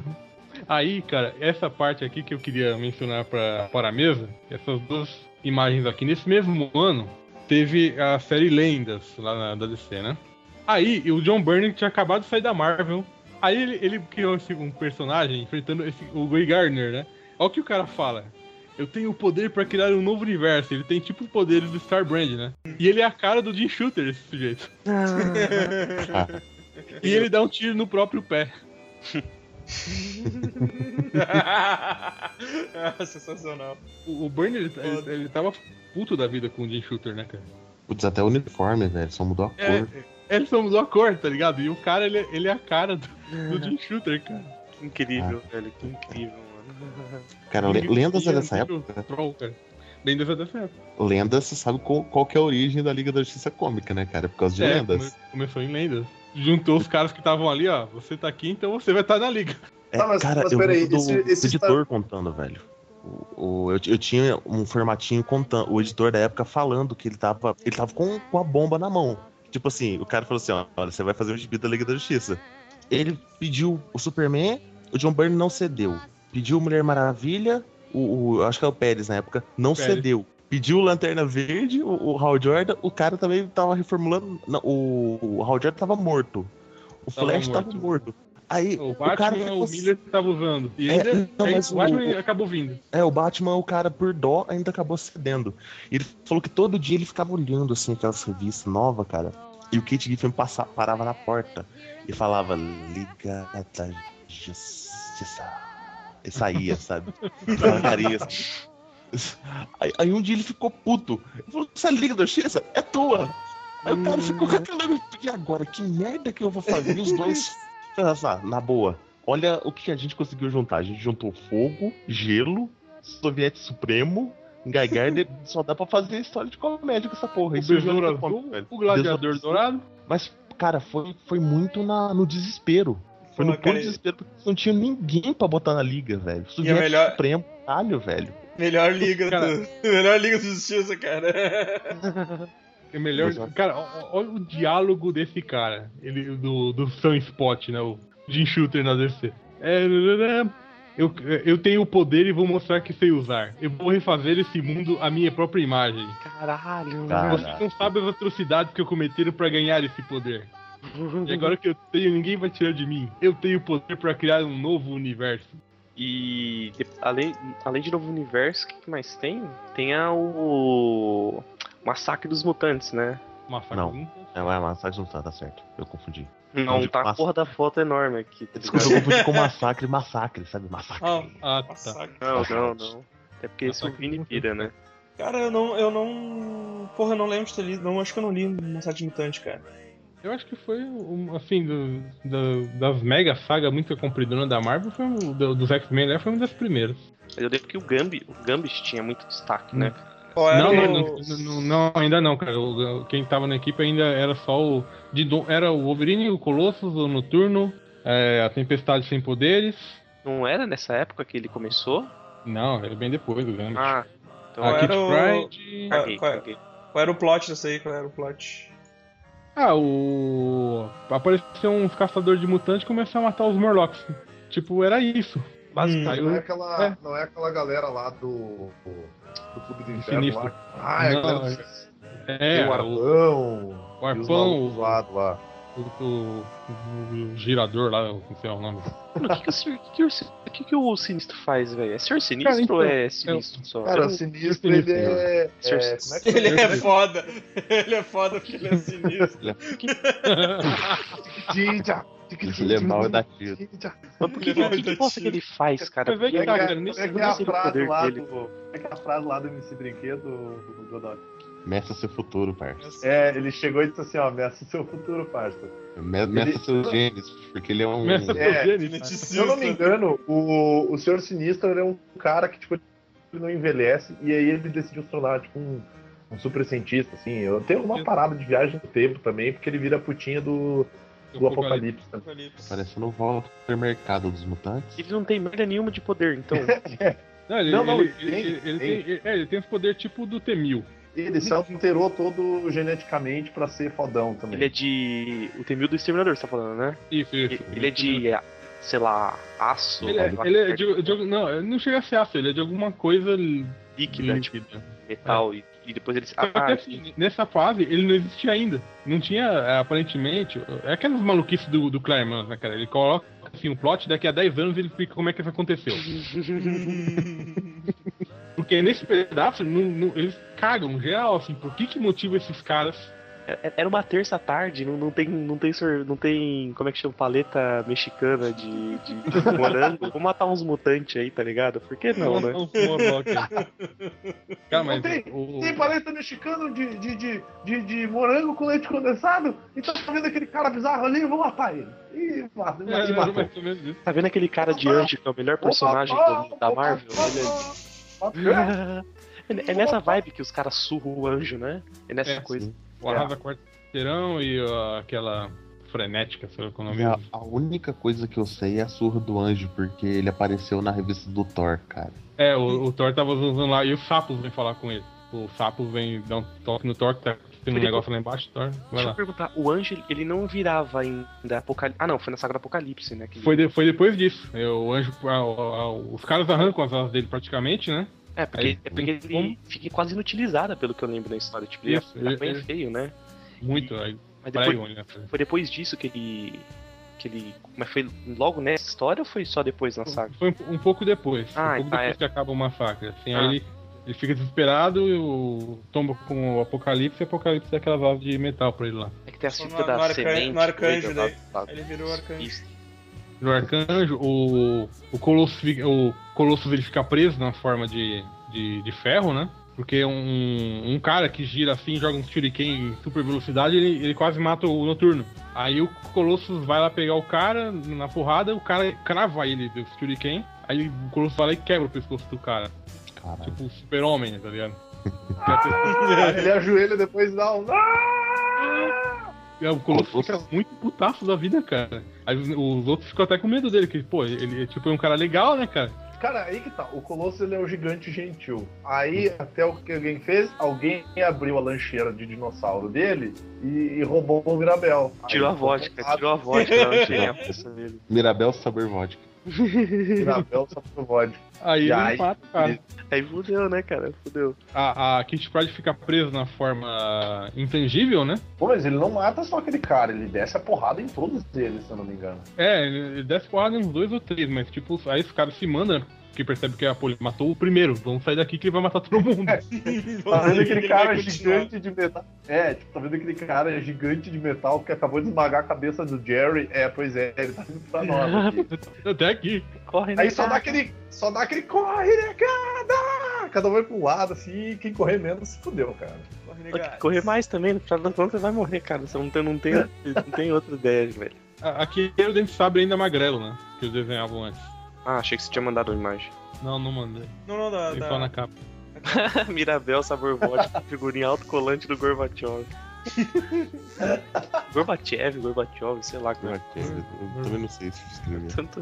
Aí, cara, essa parte aqui que eu queria mencionar pra, para a mesa, essas duas imagens aqui. Nesse mesmo ano, teve a série Lendas lá na, da DC, né? Aí, e o John Byrne tinha acabado de sair da Marvel. Aí ele, ele criou esse- um personagem enfrentando esse, o Guy Gardner, né? Olha o que o cara fala. Eu tenho o poder pra criar um novo universo. Ele tem tipo os poderes do Star Brand, né? E ele é a cara do Jim Shooter, esse sujeito. E ele dá um tiro no próprio pé.
Ah, sensacional.
O o Bernie, ele, ele, ele tava puto da vida com o Jim Shooter, né, cara?
Putz, até o uniforme, velho, só mudou a cor.
É, ele só mudou a cor, tá ligado? E o cara, ele, ele é a cara do, do Jim Shooter, cara.
Que
Ah.
incrível, velho. Que incrível, mano.
Cara, le- lendas é
um
dessa época.
Troll, cara. Lendas é dessa época.
Lendas, você sabe qual, qual que é a origem da Liga da Justiça Cômica, né, cara? Por causa de
É,
lendas.
come- começou em lendas. Juntou os caras que estavam ali, ó. Você tá aqui, então você vai estar na liga.
É,
Tá, mas-
cara,
mas
eu
peraí,
lembro do,
esse-
do
esse
editor
tá-
contando, velho. O, o- eu, eu tinha um formatinho contando, o editor da época falando que ele tava, ele tava com, com a bomba na mão. Tipo assim, o cara falou assim, ó, olha, você vai fazer o gibi da Liga da Justiça. Ele pediu o Superman, o John Byrne não cedeu. Pediu Mulher Maravilha, o, o- acho que é o Pérez na época, não
Pérez.
cedeu. Pediu Lanterna Verde, o, o Hal Jordan, o cara também tava reformulando, não, o, o Hal Jordan tava morto. O
Tava
Flash tava
morto.
morto. Aí
O
o cara
Batman, é
ficou
o Miller tava usando. E
É,
ainda,
não,
aí
mas
o
o-
Batman acabou vindo.
É, o Batman, o cara, por dó, ainda acabou cedendo. E Ele falou que todo dia ele ficava olhando, assim, aquelas revistas novas, cara. E o Kit Giffen passa- parava na porta e falava, Liga da Justiça. E saía, sabe? Aquela carinha, assim. Aí, aí um dia ele ficou puto. Ele falou, essa Liga da Justiça é tua. Aí o cara ficou com aquela... E agora, que merda que eu vou fazer? E os dois... Ah, na boa. Olha o que a gente conseguiu juntar. A gente juntou fogo, gelo, Soviete Supremo, Geiger, só dá pra fazer história de comédia com essa porra.
O
Isso
Besouro
já-
Azul,
é velho.
o Gladiador
Besouro- é
Dourado.
Mas, cara, foi, foi muito na, no desespero. Foi no
Pô, cara,
puro desespero, porque não tinha ninguém pra botar na liga, velho. Soviete
melhor-
Supremo, caralho, velho.
Melhor liga
Cara.
do... Melhor liga de justiça, cara.
É melhor.
Exato.
Cara, ó- ó- olha o diálogo desse cara. Ele, do, do Sunspot, né? O Jim Shooter na DC. É, eu, eu tenho o poder e vou mostrar que sei usar. Eu vou refazer esse mundo à minha própria imagem.
Caralho,
Cara.
mano.
Vocês não sabem as atrocidades que eu cometeram pra ganhar esse poder. E agora que eu tenho, ninguém vai tirar de mim. Eu tenho o poder pra criar um novo universo.
E de- além, além de Novo Universo, o que, que mais tem? Tem a, o Massacre dos Mutantes, né?
Massacre
Não.
um.
É, mas Massacre não tá, tá certo. Eu confundi.
Não,
Onde
tá a
passa-
porra da foto enorme aqui. tá
Desculpa, eu
ligado?
confundi com massacre, massacre, sabe? Massacre.
Ah,
Ah, tá.
Massacre.
Não, não, não. É porque esse é o
Tá.
Massacre
Vini
dos
pira, né?
Cara, eu não, eu não. Porra, eu não lembro de ter lido. Não, acho que eu não li Massacre Mutante, cara.
Eu acho que foi, um, assim, do- do- das mega saga muito compridona da Marvel, foi um, do, dos X-Men, né? Foi uma das primeiras.
Mas eu lembro que o Gambi, o Gambit tinha muito destaque, né?
Hum.
Qual era
Não,
o-
não, não, não, não, ainda não, cara. O- o- quem tava na equipe ainda era só o. de do- era o Wolverine, o Colossus, o Noturno, é, a Tempestade Sem Poderes.
Não era nessa época que ele começou?
Não, era bem depois do Gambit.
Ah, então
a
era
Kit
o-
Pride.
Ah,
caguei,
qual é?
caguei.
Qual era o plot dessa aí? Qual era o plot?
Ah, o. Apareceu uns caçadores de mutantes e começaram a matar os Morlocks. Tipo, era isso.
Basicamente.
Não é, aquela,
É.
não é aquela galera lá do, do Clube do Inferno
Sinistro.
lá. Ah, é
Não,
aquela
é-
do
É,
o
o,
Arpão.
o
e os
Arpão,
malucos
o,
lá do lá.
o- o- o girador lá, não sei o nome.
Mano, o que, que, o Sr. que, que, o Sr. que, que o Sinistro faz, velho? É Sr. Sinistro
Cara, então,
ou é Sinistro só?
Cara,
Eu
o
não-
Sinistro,
Sinistro,
ele é. é como é que
Ele é foda. Ele é foda porque ele é sinistro.
Tiquitija, tiquitija,
Ele é mal daquilo.
tiquitija.
Mas por que, que, que, que bosta que ele faz, cara?
Mas é que
Porque
Como é que é-
cara,
como
nesse-
é que é a
nesse
frase
poder
lá
dele.
do. Como é que é a frase lá do MC Brinquedo, do do Godoy?
Meça seu futuro,
né?
parça.
É, ele chegou e disse assim, ó, ameaça o seu futuro, parça.
Me- Meça
Ele-
seus genes, porque ele é um.
Começa
É,
por Jenny, cara.
Se eu não me engano, o, o Senhor Sinistro ele é um cara que, tipo, ele não envelhece, e aí ele decidiu se tornar, tipo, um, um super cientista, assim. Eu tenho uma parada de viagem no tempo também, porque ele vira a putinha do, do Apocalipse. né?
Parece no volta do supermercado dos
tá-
mutantes.
Ele não tem merda nenhuma de poder, então.
Não, ele,
Não, não,
ele,
ele tem,
ele- ele
tem.
tem- é, ele tem esse poder tipo do Temil.
Ele se alterou todo geneticamente pra ser fodão também.
Ele é de. O Temil do Exterminador, você tá falando, né?
Isso, isso.
Ele é de. eh, sei lá, aço.
Ele é, ele é de, de- não, ele não chega a ser ácido, ele é de alguma coisa líquida.
líquida, tipo metal. E, e depois eles.
Só que,
Ah,
assim, nessa fase, ele não existia ainda. Não tinha, é, aparentemente. É aquelas maluquices do, do Claremont, né, cara? Ele coloca assim, um plot, daqui a 10 anos ele explica como é que isso aconteceu. Porque nesse pedaço, não- não- eles cagam geral, assim, por que, que motiva esses caras
é- Era uma terça à tarde, não, não tem. Não tem, sor- não tem. Como é que chama? Paleta mexicana de, de morango. Vou matar uns mutantes aí, tá ligado? Por que não, né?
Não, Morlock. Então, Cara, mas
tem-
o-
Tem paleta tá mexicano de, de, de, de, de morango com leite condensado? Então tá vendo aquele cara bizarro ali? Eu vou matar ele. E mata,
É,
e
era
matou.
mais ou menos isso.
Tá vendo aquele cara de anjo que é o melhor personagem
Ah,
do- da Marvel? Ele
Ele
é...
é...
é nessa vibe que os caras surram o anjo, né? É nessa
É,
coisa.
O Arrasa Quarteirão e ó, aquela frenética, sei lá qual é o
Mas
nome.
a, a única coisa que eu sei é a surra do anjo, porque ele apareceu na revista do Thor, cara.
É, o, o Thor tava usando lá e o Sapos vem falar com ele. O Sapo vem dar um toque no Thor, que tá tendo um
Felipe.
negócio lá embaixo, Thor. Vai
Deixa
lá.
eu perguntar, o anjo, ele não virava ainda Apocalipse. Ah, não, foi na saga do Apocalipse, né? que ele-
Foi, de- foi depois disso. É, o anjo. a- a- os caras arrancam as asas dele praticamente, né?
É, porque,
Aí,
é porque ele
como?
fica quase inutilizada, pelo que eu lembro da história. Tipo, ele
Isso,
era
ele-
bem
ele-
feio, né?
Muito. Aí
Mas depois,
pregam ele, né?
foi depois disso que ele. que ele. Mas foi logo nessa história ou foi só depois na saga?
Foi um, um pouco depois.
Ah,
um pouco
tá,
depois
é.
que acaba o massacre. Assim,
Ah.
Aí ele, ele fica desesperado e o, tomba com o Apocalipse e o Apocalipse dá aquela vaso de metal pra ele lá.
É que tem a
Só
fita
no-
da
no arcan-
semente.
no arcanjo,
coisa,
daí.
né?
da- da-
Ele virou arcanjo.
Isso.
O arcanjo, o, o, Colosso, fica- o Colosso ele fica preso na forma de, de, de ferro, né? Porque um, um cara que gira assim, joga um shuriken em super velocidade, ele, ele quase mata o Noturno. Aí o Colossus vai lá pegar o cara na porrada, o cara crava ele do shuriken, aí o Colossus vai lá e quebra o pescoço do cara.
Caralho.
Tipo o super-homem, tá ligado?
ah. ele ajoelha e depois dá um.
É, o Colosso fica muito putaço da vida, cara. Aí os, os outros ficam até com medo dele, que, pô, ele tipo, é um cara legal, né, cara?
Cara, aí que tá. O Colosso ele é o gigante gentil. Aí, até o que alguém fez, alguém abriu a lancheira de dinossauro dele e, e roubou o Mirabel. Aí
Tirou a
ele
vodka,
ficou
tá
bolado,
tirou a vodka. né, eu achei a peça dele.
Mirabel Saber Vodka.
Mirabel só pro vodka.
Aí
E
ele
aí,
mata o cara.
Aí fudeu, né, cara? Fudeu.
A, a Kitty Pryde fica presa na forma intangível, né?
Pô, mas ele não mata só aquele cara, ele desce a porrada em todos eles, se eu não me engano.
É, ele, ele desce porrada em uns dois ou três, mas tipo, aí os caras se mandam, né? porque percebe que a Poli matou o primeiro, vamos sair daqui que ele vai matar todo mundo.
Tá vendo
Ele
aquele
vai
cara
continuar.
gigante de metal. É, tipo, tá vendo aquele cara gigante de metal que acabou de esmagar a cabeça do Jerry? É, pois é, ele tá vindo pra nós aqui.
Até aqui.
Corre, né?
Aí só dá
cara?
aquele. Só dá aquele corre, negada! Cada um vai pro lado, assim, e quem correr menos se fudeu, cara.
Corre,
Tem que
negado.
correr mais também, no final das contas você vai morrer, cara. Você não tem, não tem, não tem outra ideia, velho.
A- Aqui era o Dente Sabre ainda magrelo, né? Que eles desenhavam antes.
Ah, achei que você tinha mandado uma imagem.
Não, não mandei.
Não, não, da.
Tem
da-
só na capa.
Mirabel, sabor vodka, figurinha autocolante do Gorbachev. Gorbachev, Gorbachev, sei lá. Cara.
Eu também não sei se escrever.
Tanto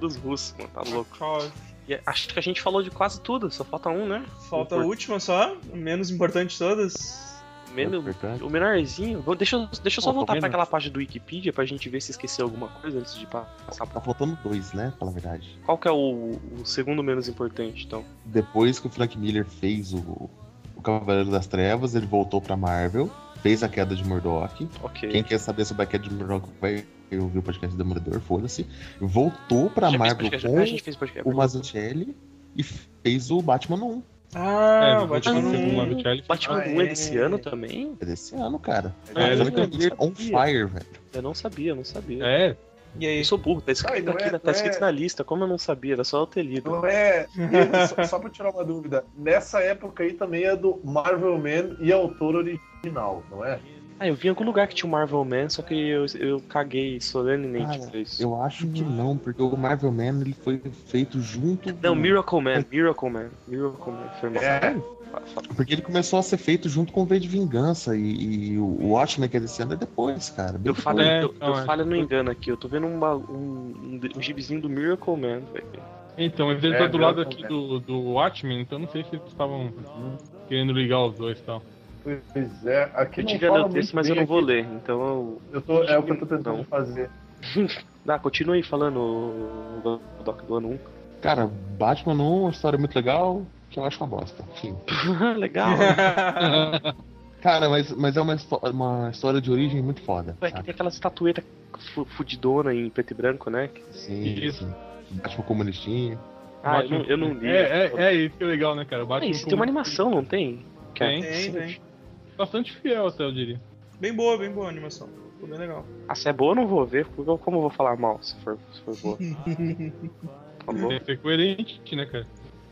dos russos, mano, tá louco.
Qual?
E acho que a gente falou de quase tudo, só falta um, né?
Falta a última só, menos importante de todas.
O
É
Menos,
Importante.
o menorzinho. Vou- Deixa, eu- deixa eu só
Pô,
voltar pra
menos.
aquela página do Wikipedia pra gente ver se esqueceu alguma coisa antes de passar.
Tá
pra-
faltando dois, né? Fala a verdade.
Qual que é o, o segundo menos importante, então?
Depois que o Frank Miller fez o, o Cavaleiro das Trevas, ele voltou pra Marvel, fez a queda de Murdoch.
Ok.
Quem quer saber sobre a queda de Murdoch vai ouvir o podcast do Demolidor, foda-se. Voltou
tá
pra
Já fez
Marvel
podcast-
com
a gente fez podcast.
o Mazzucchelli e fez o Batman 1.
Ah, o
é,
Batman
voltou com o
não.
Mavichelli.
Batman
Ah,
1 é
é.
desse ano também?
É desse ano, cara.
É,
o
ele
Frank
não
Miller on
sabia.
fire, velho.
Eu não sabia, eu não sabia.
É,
E aí?
Eu sou burro, tá
Ah, e
escrito
não é-
aqui, na- tá
não é-
escrito na lista, como eu não sabia, era só eu ter lido.
Não é. Só, só pra tirar uma dúvida, nessa época aí também é do Marvel Man e autor original, não é?
Ah, eu vi em algum lugar que tinha o Marvel Man, só que eu, eu caguei solenemente
Cara,
pra isso.
Eu acho que não, porque o Marvel Man ele foi feito junto.
Não,
com-
Miracle Man, Miracle Man, Miracle Man, foi mal.
É.
Porque ele começou a ser feito junto com o V de Vingança e, e o Watchmen que é desse ano é depois, cara. bem
Eu falho,
depois.
É,
eu,
não,
eu
é.
falho no engano aqui, eu tô vendo um, ba- um, um de- um gibizinho do Miracle Man, velho.
Então, mas ele
É,
tá do
viu?
lado aqui do, do Watchmen, então não sei se eles estavam querendo ligar os dois e tal.
Pois é, aqui
Eu
não
te
fala
garanto
muito
esse, mas eu
bem
não vou
aqui.
ler, então eu...
Eu tô, é o que eu tô tentando
Não.
fazer.
Ah, continue falando o Doc do ano um.
Cara, Batman 1 é uma história muito legal, que eu acho uma bosta. Enfim.
1. Legal, né?
Cara, mas, mas é uma, histó- uma história de origem muito foda.
Ué, É que
sabe?
tem aquela estatueta fu- fudidona em preto e branco, né?
Sim,
Isso.
sim. Batman comunistinha.
Ah, eu não, eu não li.
É, é, é isso que é legal, né, cara? O
Ah,
Batman
isso
com-
tem uma animação, não tem? Que é-
Tem,
tem, tem.
bastante fiel até, eu diria.
Bem boa, bem boa a animação. Ficou bem legal.
Ah, se é boa, eu não vou ver. porque eu- Como eu vou falar mal se for, se for boa? Falou?
Tem que ser coerente, né, cara?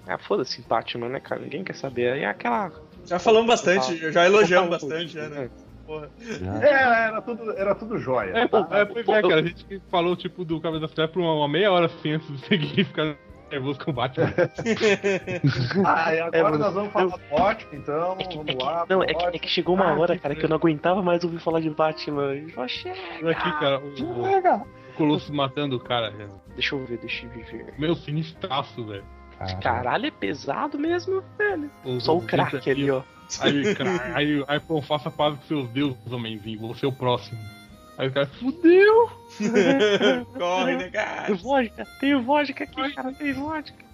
Ah, foda-se, Batman, né, cara? Ninguém quer saber. Aí É aquela.
Já falamos bastante,
Tá.
já- já elogiamos
Opa,
bastante, já, né?
Já.
É, era tudo, era tudo jóia.
É,
tá?
pô, é, pois é, cara. A gente que falou, tipo, do Cabo da Cidade por uma, uma meia hora assim antes de seguir ficar nervoso com o Batman.
Ah, e agora
É, mano,
nós vamos falar do Batman, então.
É que, é
vamos
que-
lá.
não,
pro
é que, é
Batman.
que chegou uma
Ah,
hora,
que
cara, que
foi.
eu não aguentava mais ouvir falar de Batman. Eu falei, chega.
Olha aqui, cara, o, o, o Colosso matando o cara, cara.
Deixa eu ver, deixa eu ver.
Meu sinistraço, velho.
Uhum.
Caralho, é pesado mesmo, velho. Só o craque ali, ó.
Aí, cara, aí, aí pô, faça paz com seus deuses, homenzinho. Vou ser é o próximo. Aí o cara, fudeu!
Corre, né, cara?
Tem vodka, tem vodka aqui, cara, tem vodka.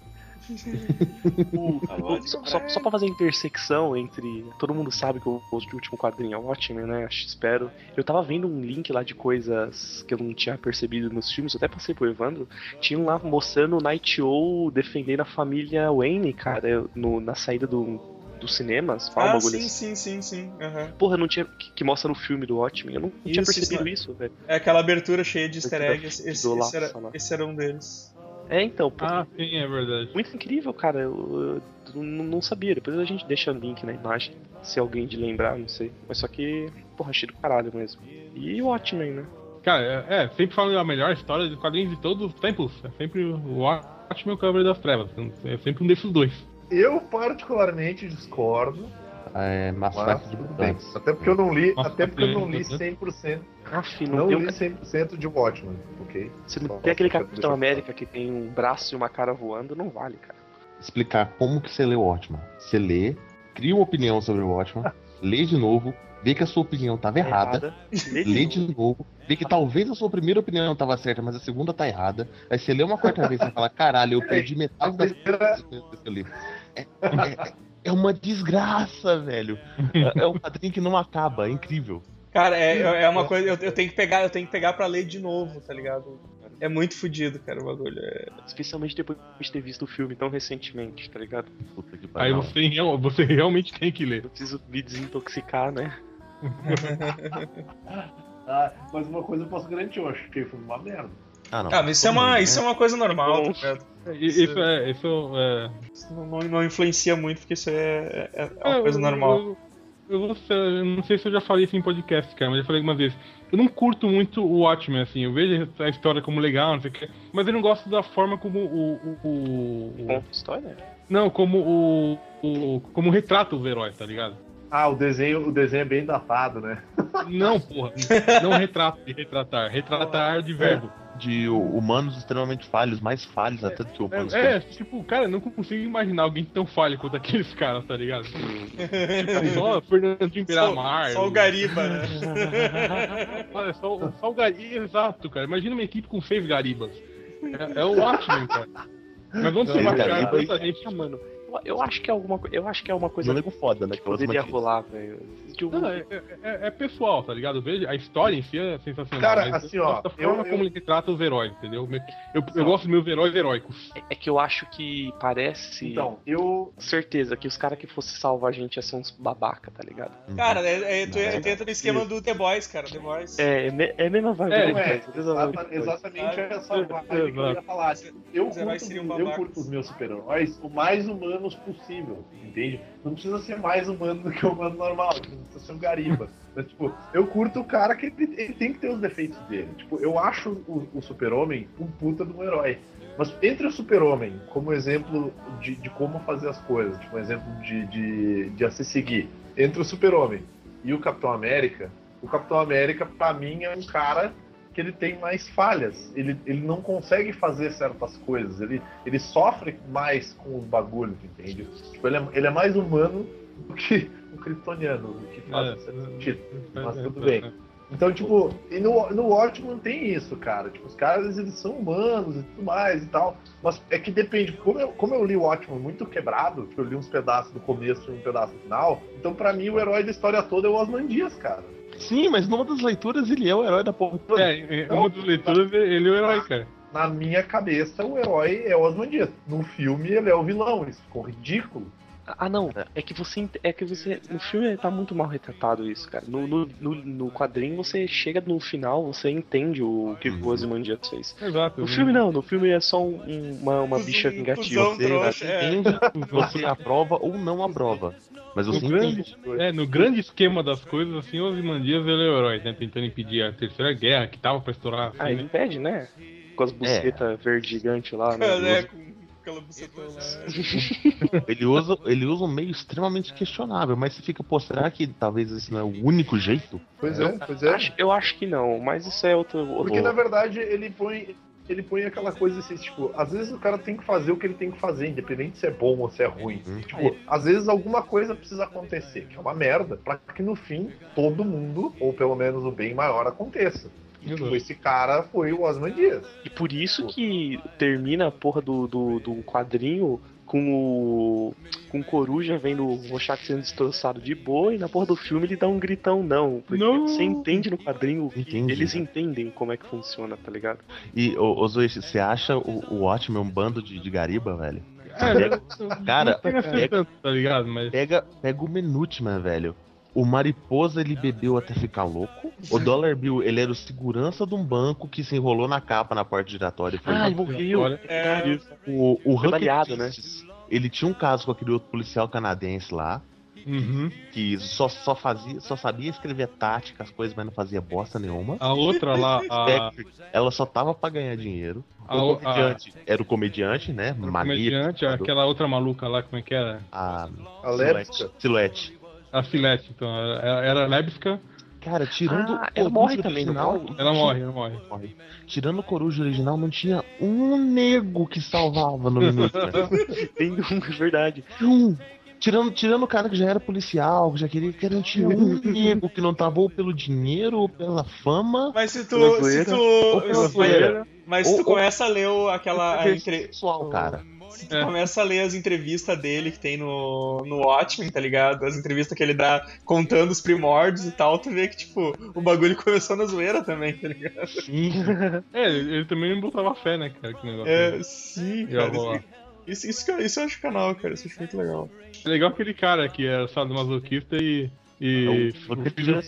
Tá Só, só, só pra fazer a intersecção entre. Todo mundo sabe que o, o último quadrinho é Watchmen, né? Acho- Espero. Eu tava vendo um link lá de coisas que eu não tinha percebido nos filmes, eu até passei pro Evandro. Tinha um lá mostrando o Night Owl defendendo a família Wayne, cara, eu- no- na saída do, dos cinemas. Fala um
Ah,
bagulho
sim,
assim.
sim, sim, sim. aham.
Porra, eu não tinha. Que, que mostra no filme do Watchmen. Eu não, não tinha
Isso,
percebido isso, velho.
É aquela abertura cheia de easter
Abertura
eggs. Esse,
do
esse,
laço um lá.
era, esse era um deles.
É, então, porra.
Ah, sim, é verdade.
Muito incrível, cara. Eu, eu não, não sabia. Depois a gente deixa o link na imagem, se alguém de lembrar, não sei. Mas só que, porra, achei do caralho mesmo. E o Watchmen, né?
Cara, é, é, sempre falam a melhor história de quadrinhos de todos os tempos. É sempre o Watchmen e o Cavaleiro das Trevas. É sempre um desses dois.
Eu particularmente discordo,
É,
mas
massacre de
Tá.
tudo bem.
mutantes.
Até porque eu não li,
Nossa,
até porque eu não li
bastante.
100%,
Ah, filho, não,
não
tem
li
um...
100% de Watchmen, ok?
Se não
Nossa,
tem aquele
deixa- deixa
Capitão
eu-
América que tem um braço e uma cara voando, não vale, cara.
Explicar como que você lê o Watchman. Você lê, cria uma opinião sobre o Watchman, lê de novo, vê que a sua opinião tava errada,
É Lê de
é lê
novo.
de novo, vê que talvez a sua primeira opinião tava certa, mas a segunda tá errada. Aí você lê uma quarta vez e fala, caralho, eu perdi metade das
Primeira-
coisas que eu li. É, é- é uma desgraça, velho. É- É um quadrinho que não acaba, é incrível.
Cara, é, é uma coisa. Eu, eu tenho que pegar, eu tenho que pegar pra ler de novo, tá ligado? É muito fodido, cara, o bagulho. É-
Especialmente depois de ter visto o filme tão recentemente, tá ligado?
Puta que
Aí
pariu.
você, real- você realmente tem que ler.
Eu preciso me desintoxicar, né?
Ah, mas uma coisa eu posso garantir, eu achei o filme uma merda.
Ah, não.
Ah, mas isso é uma, isso é uma coisa normal, tá
né? Bom.
ligado?
E- Isso é. Isso é,
Isso não, não- não influencia muito, porque isso é, é- é
É,
uma coisa
eu-
normal.
Eu, eu vou ser- eu não sei se eu já falei isso em podcast, cara, mas eu já falei algumas vezes. Eu não curto muito o Watchmen, assim. Eu vejo a história como legal, não sei o quê. Mas eu não gosto da forma como o. o- o- o-
É.
Bom, história.
não, como o, o- Como retrata os heróis, tá ligado?
Ah, o desenho, o desenho é bem datado, né?
Não, porra. Não retrata de retratar. Retratar de verbo.
De humanos extremamente falhos, mais falhos até do que humanos.
É, é, tipo, cara, eu não consigo imaginar alguém tão falho quanto aqueles caras, tá ligado? Tipo, só o Fernandinho Beiramar.
Ah,
Só, só o Gariba, né?
Olha, né? só, o- só o Gariba. Exato, cara. Imagina uma equipe com seis garibas. É, é o Watchmen, cara. Mas vamos
Seis
tomar cara
garibas.
tanta gente.
Ah, mano, eu, eu acho que é alguma coisa. Eu acho que é uma coisa
Não nego foda, né?
que
que elas
poderia
mantêm.
rolar, velho. De um-
Não, é, é- é pessoal, tá ligado? Veja, a história em si é sensacional.
Cara,
mas
assim,
eu
ó,
gosto da
eu-
forma como
eu-
ele trata os heróis, entendeu? Eu, eu, eu gosto dos meus heróis heróicos.
É que eu acho que parece.
Então, eu.
Certeza que os caras que fossem salvar a gente iam ser uns babaca, tá ligado?
Uhum.
Cara, é, é, tu,
Não.
tu entra no esquema do The Boys, cara. The Boys.
É, é, me- é a mesma vibe.
É,
né,
Não é,
cara? Certeza a mesma
exata-
coisa.
exatamente
Ah,
essa vibe que eu ia falar. Eu
Os heróis
curto,
seriam
eu
babacas.
curto os meus super-heróis o mais humanos possível, entende? Não precisa ser mais humano do que o humano normal, não precisa ser um gariba. Mas, tipo, eu curto o cara que ele, ele tem que ter os defeitos dele. Tipo, eu acho o, o super-homem um puta de um herói. Mas entre o super-homem como exemplo de, de como fazer as coisas, tipo, um exemplo de, de, de a se seguir, entre o super-homem e o Capitão América, o Capitão América, pra mim, é um cara que ele tem mais falhas. Ele, ele não consegue fazer certas coisas. Ele, ele sofre mais com os bagulhos, entende? Tipo, ele, é, ele é mais humano do que o kryptoniano, o que faz
É.
um certo sentido. Mas tudo bem. Então, tipo, e no, no Watchmen tem isso, cara. Tipo, os caras, eles são humanos e tudo mais e tal. Mas é que depende. Como eu, como eu li o Watchmen muito quebrado, que eu li uns pedaços do começo e um pedaço do final, então pra mim o herói da história toda é o Osman Dias, cara.
Sim, mas numa das leituras ele é o herói da porra toda.
É, é, uma das leituras, ele é o herói, cara.
Na minha cabeça, o herói é o Osman Dias. No filme, ele é o vilão. Isso ficou ridículo.
Ah, não. É que você. ent- É que você. No filme tá muito mal retratado isso, cara. No, no, no, no quadrinho você chega no final, você entende o que o Ozymandias fez.
Exato.
No filme não, no filme é só um- um- uma, uma bicha
Cusão,
vingativa.
cusão, trouxa, é.
Entende que você aprova ou não aprova. Mas
No
você entende.
grande,
Uhum.
é, no grande esquema das coisas, assim, o Zimandias ele é o herói, né? Tentando impedir a terceira guerra que tava pra estourar.
Ah,
Assim,
ele
né?
impede, né? Com as bucetas verde gigante lá, né?
Cara, é, com aquela bucetona lá.
Ele usa, ele usa um meio extremamente questionável, mas você fica, pô, será que talvez esse não é o único jeito?
Pois é, pois é.
Acho- eu acho que não, mas isso é outro.
Porque
outro-
na verdade ele põe. Ele põe aquela coisa assim, tipo, às vezes o cara tem que fazer o que ele tem que fazer, independente se é bom ou se é ruim.
Uhum.
Tipo, às vezes alguma coisa precisa acontecer, que é uma merda, pra que no fim todo mundo, ou pelo menos o bem maior, aconteça. E, tipo,
Exato.
esse cara foi o Osman Dias.
E por isso que termina a porra do, do, do quadrinho com o. com o coruja vendo o Rorschach sendo destroçado de boa e na porra do filme ele dá um gritão não. Porque
Não.
você entende no quadrinho que
Entendi.
eles entendem como é que funciona, tá ligado?
E, ô, ô Zoe, você acha o, o Watchmen um bando de, de gariba, velho?
É, não-
Cara,
não
Uhum.
tem assim
pega-
tanto, tá ligado? Mas
Pega, pega o Minuteman, velho. O Mariposa, ele bebeu até ficar louco. O Dollar Bill, ele era o segurança de um banco que se enrolou na capa na porta giratória. e Foi
Ah, ele morreu.
Olha.
É, isso.
o o Huck
baleado, né?
Fists, ele tinha um caso com aquele outro policial canadense lá,
Uhum.
que só, só, fazia, só sabia escrever tática, as coisas, mas não fazia bosta nenhuma.
a outra lá, a,
Becker, ela só tava pra ganhar dinheiro. O
Ah. a, a,
comediante era o comediante, né?
a
Maníaco.
comediante, é aquela outra maluca lá, como é que era?
A
A
silhouette.
Lepka.
silhouette.
A Silete, então. Era, era lébisca,
Cara, tirando
Ah,
o
ela morre
Coruja
também, não
original,
morre?
ela morre, ela morre.
morre. Tirando o Coruja original, não tinha um nego que salvava no minuto. né?
Tem um, é verdade.
um. Tirando, tirando o cara que já era policial, que já queria que não tinha um nego que não tava ou pelo dinheiro ou pela fama.
Mas se
Pela
tu. Se
zoeira.
Ou pela
tu
zoeira.
mas se
Ou-
tu
ou-
começa a ler o- aquela. a
Porque
entre-
sexual, cara.
Se tu
É.
começa a ler as entrevistas dele que tem no, no Watchmen, tá ligado? As entrevistas que ele dá contando os primórdios e tal, tu vê que, tipo, o bagulho começou na zoeira também, tá ligado?
Sim.
É, ele ele também não botava fé, né, cara? Que negócio.
É, sim,
Ia
cara.
rolar.
Isso, isso, isso, que eu- isso eu acho canal, cara. Isso eu acho muito legal.
É legal aquele cara que era sadomasoquista e.
Então,
e
É um-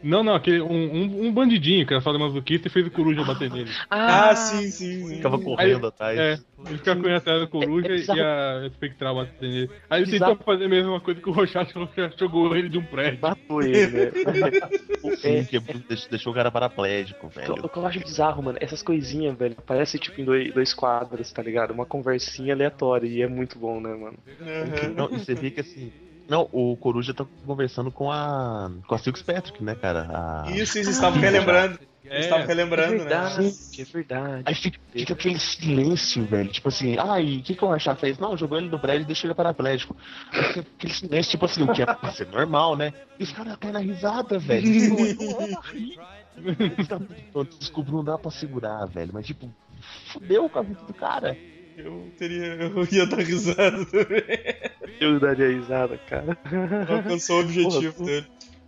Não, não, aquele, um, um, um bandidinho que era sadomasoquista e fez o coruja bater nele.
Ah, sim, sim, sim.
Então,
Ficava correndo atrás.
É, ele fica correndo atrás da coruja
É- é bizarro.
e a espectral bater nele. Aí ele
Bizarro.
tentou fazer a mesma coisa que o Rochacho jogou ele de um prédio.
Matou ele, né?
Sim, quebrou- deixou, deixou o cara paraplégico,
O que É, eu-
velho.
O que eu acho bizarro, mano, essas coisinhas, velho, parece tipo em dois, dois quadros, tá ligado? Uma conversinha aleatória e é muito bom, né, mano?
Aham.
Não, e você vê que assim. Não, o Coruja tá conversando com a. com a Silks Patrick, né, cara? A-
Isso, isso, estava relembrando.
É,
Estava relembrando,
é verdade,
né?
é verdade.
Aí fica, fica aquele silêncio, velho. Tipo assim, ai, o que, que o Rachar fez? Não, jogou ele no prédio e deixou ele paraplégico. Aí fica Aquele silêncio, tipo assim, o que é pra ser normal, né? E os caras caem na risada, velho. Tipo, eu amo rir. Tá pronto, Desculpa, não dá pra segurar, velho. Mas, tipo, fudeu com a vida do cara.
Eu teria. Eu ia estar risado também.
Eu daria risada, cara.
Não alcançou o objetivo dele.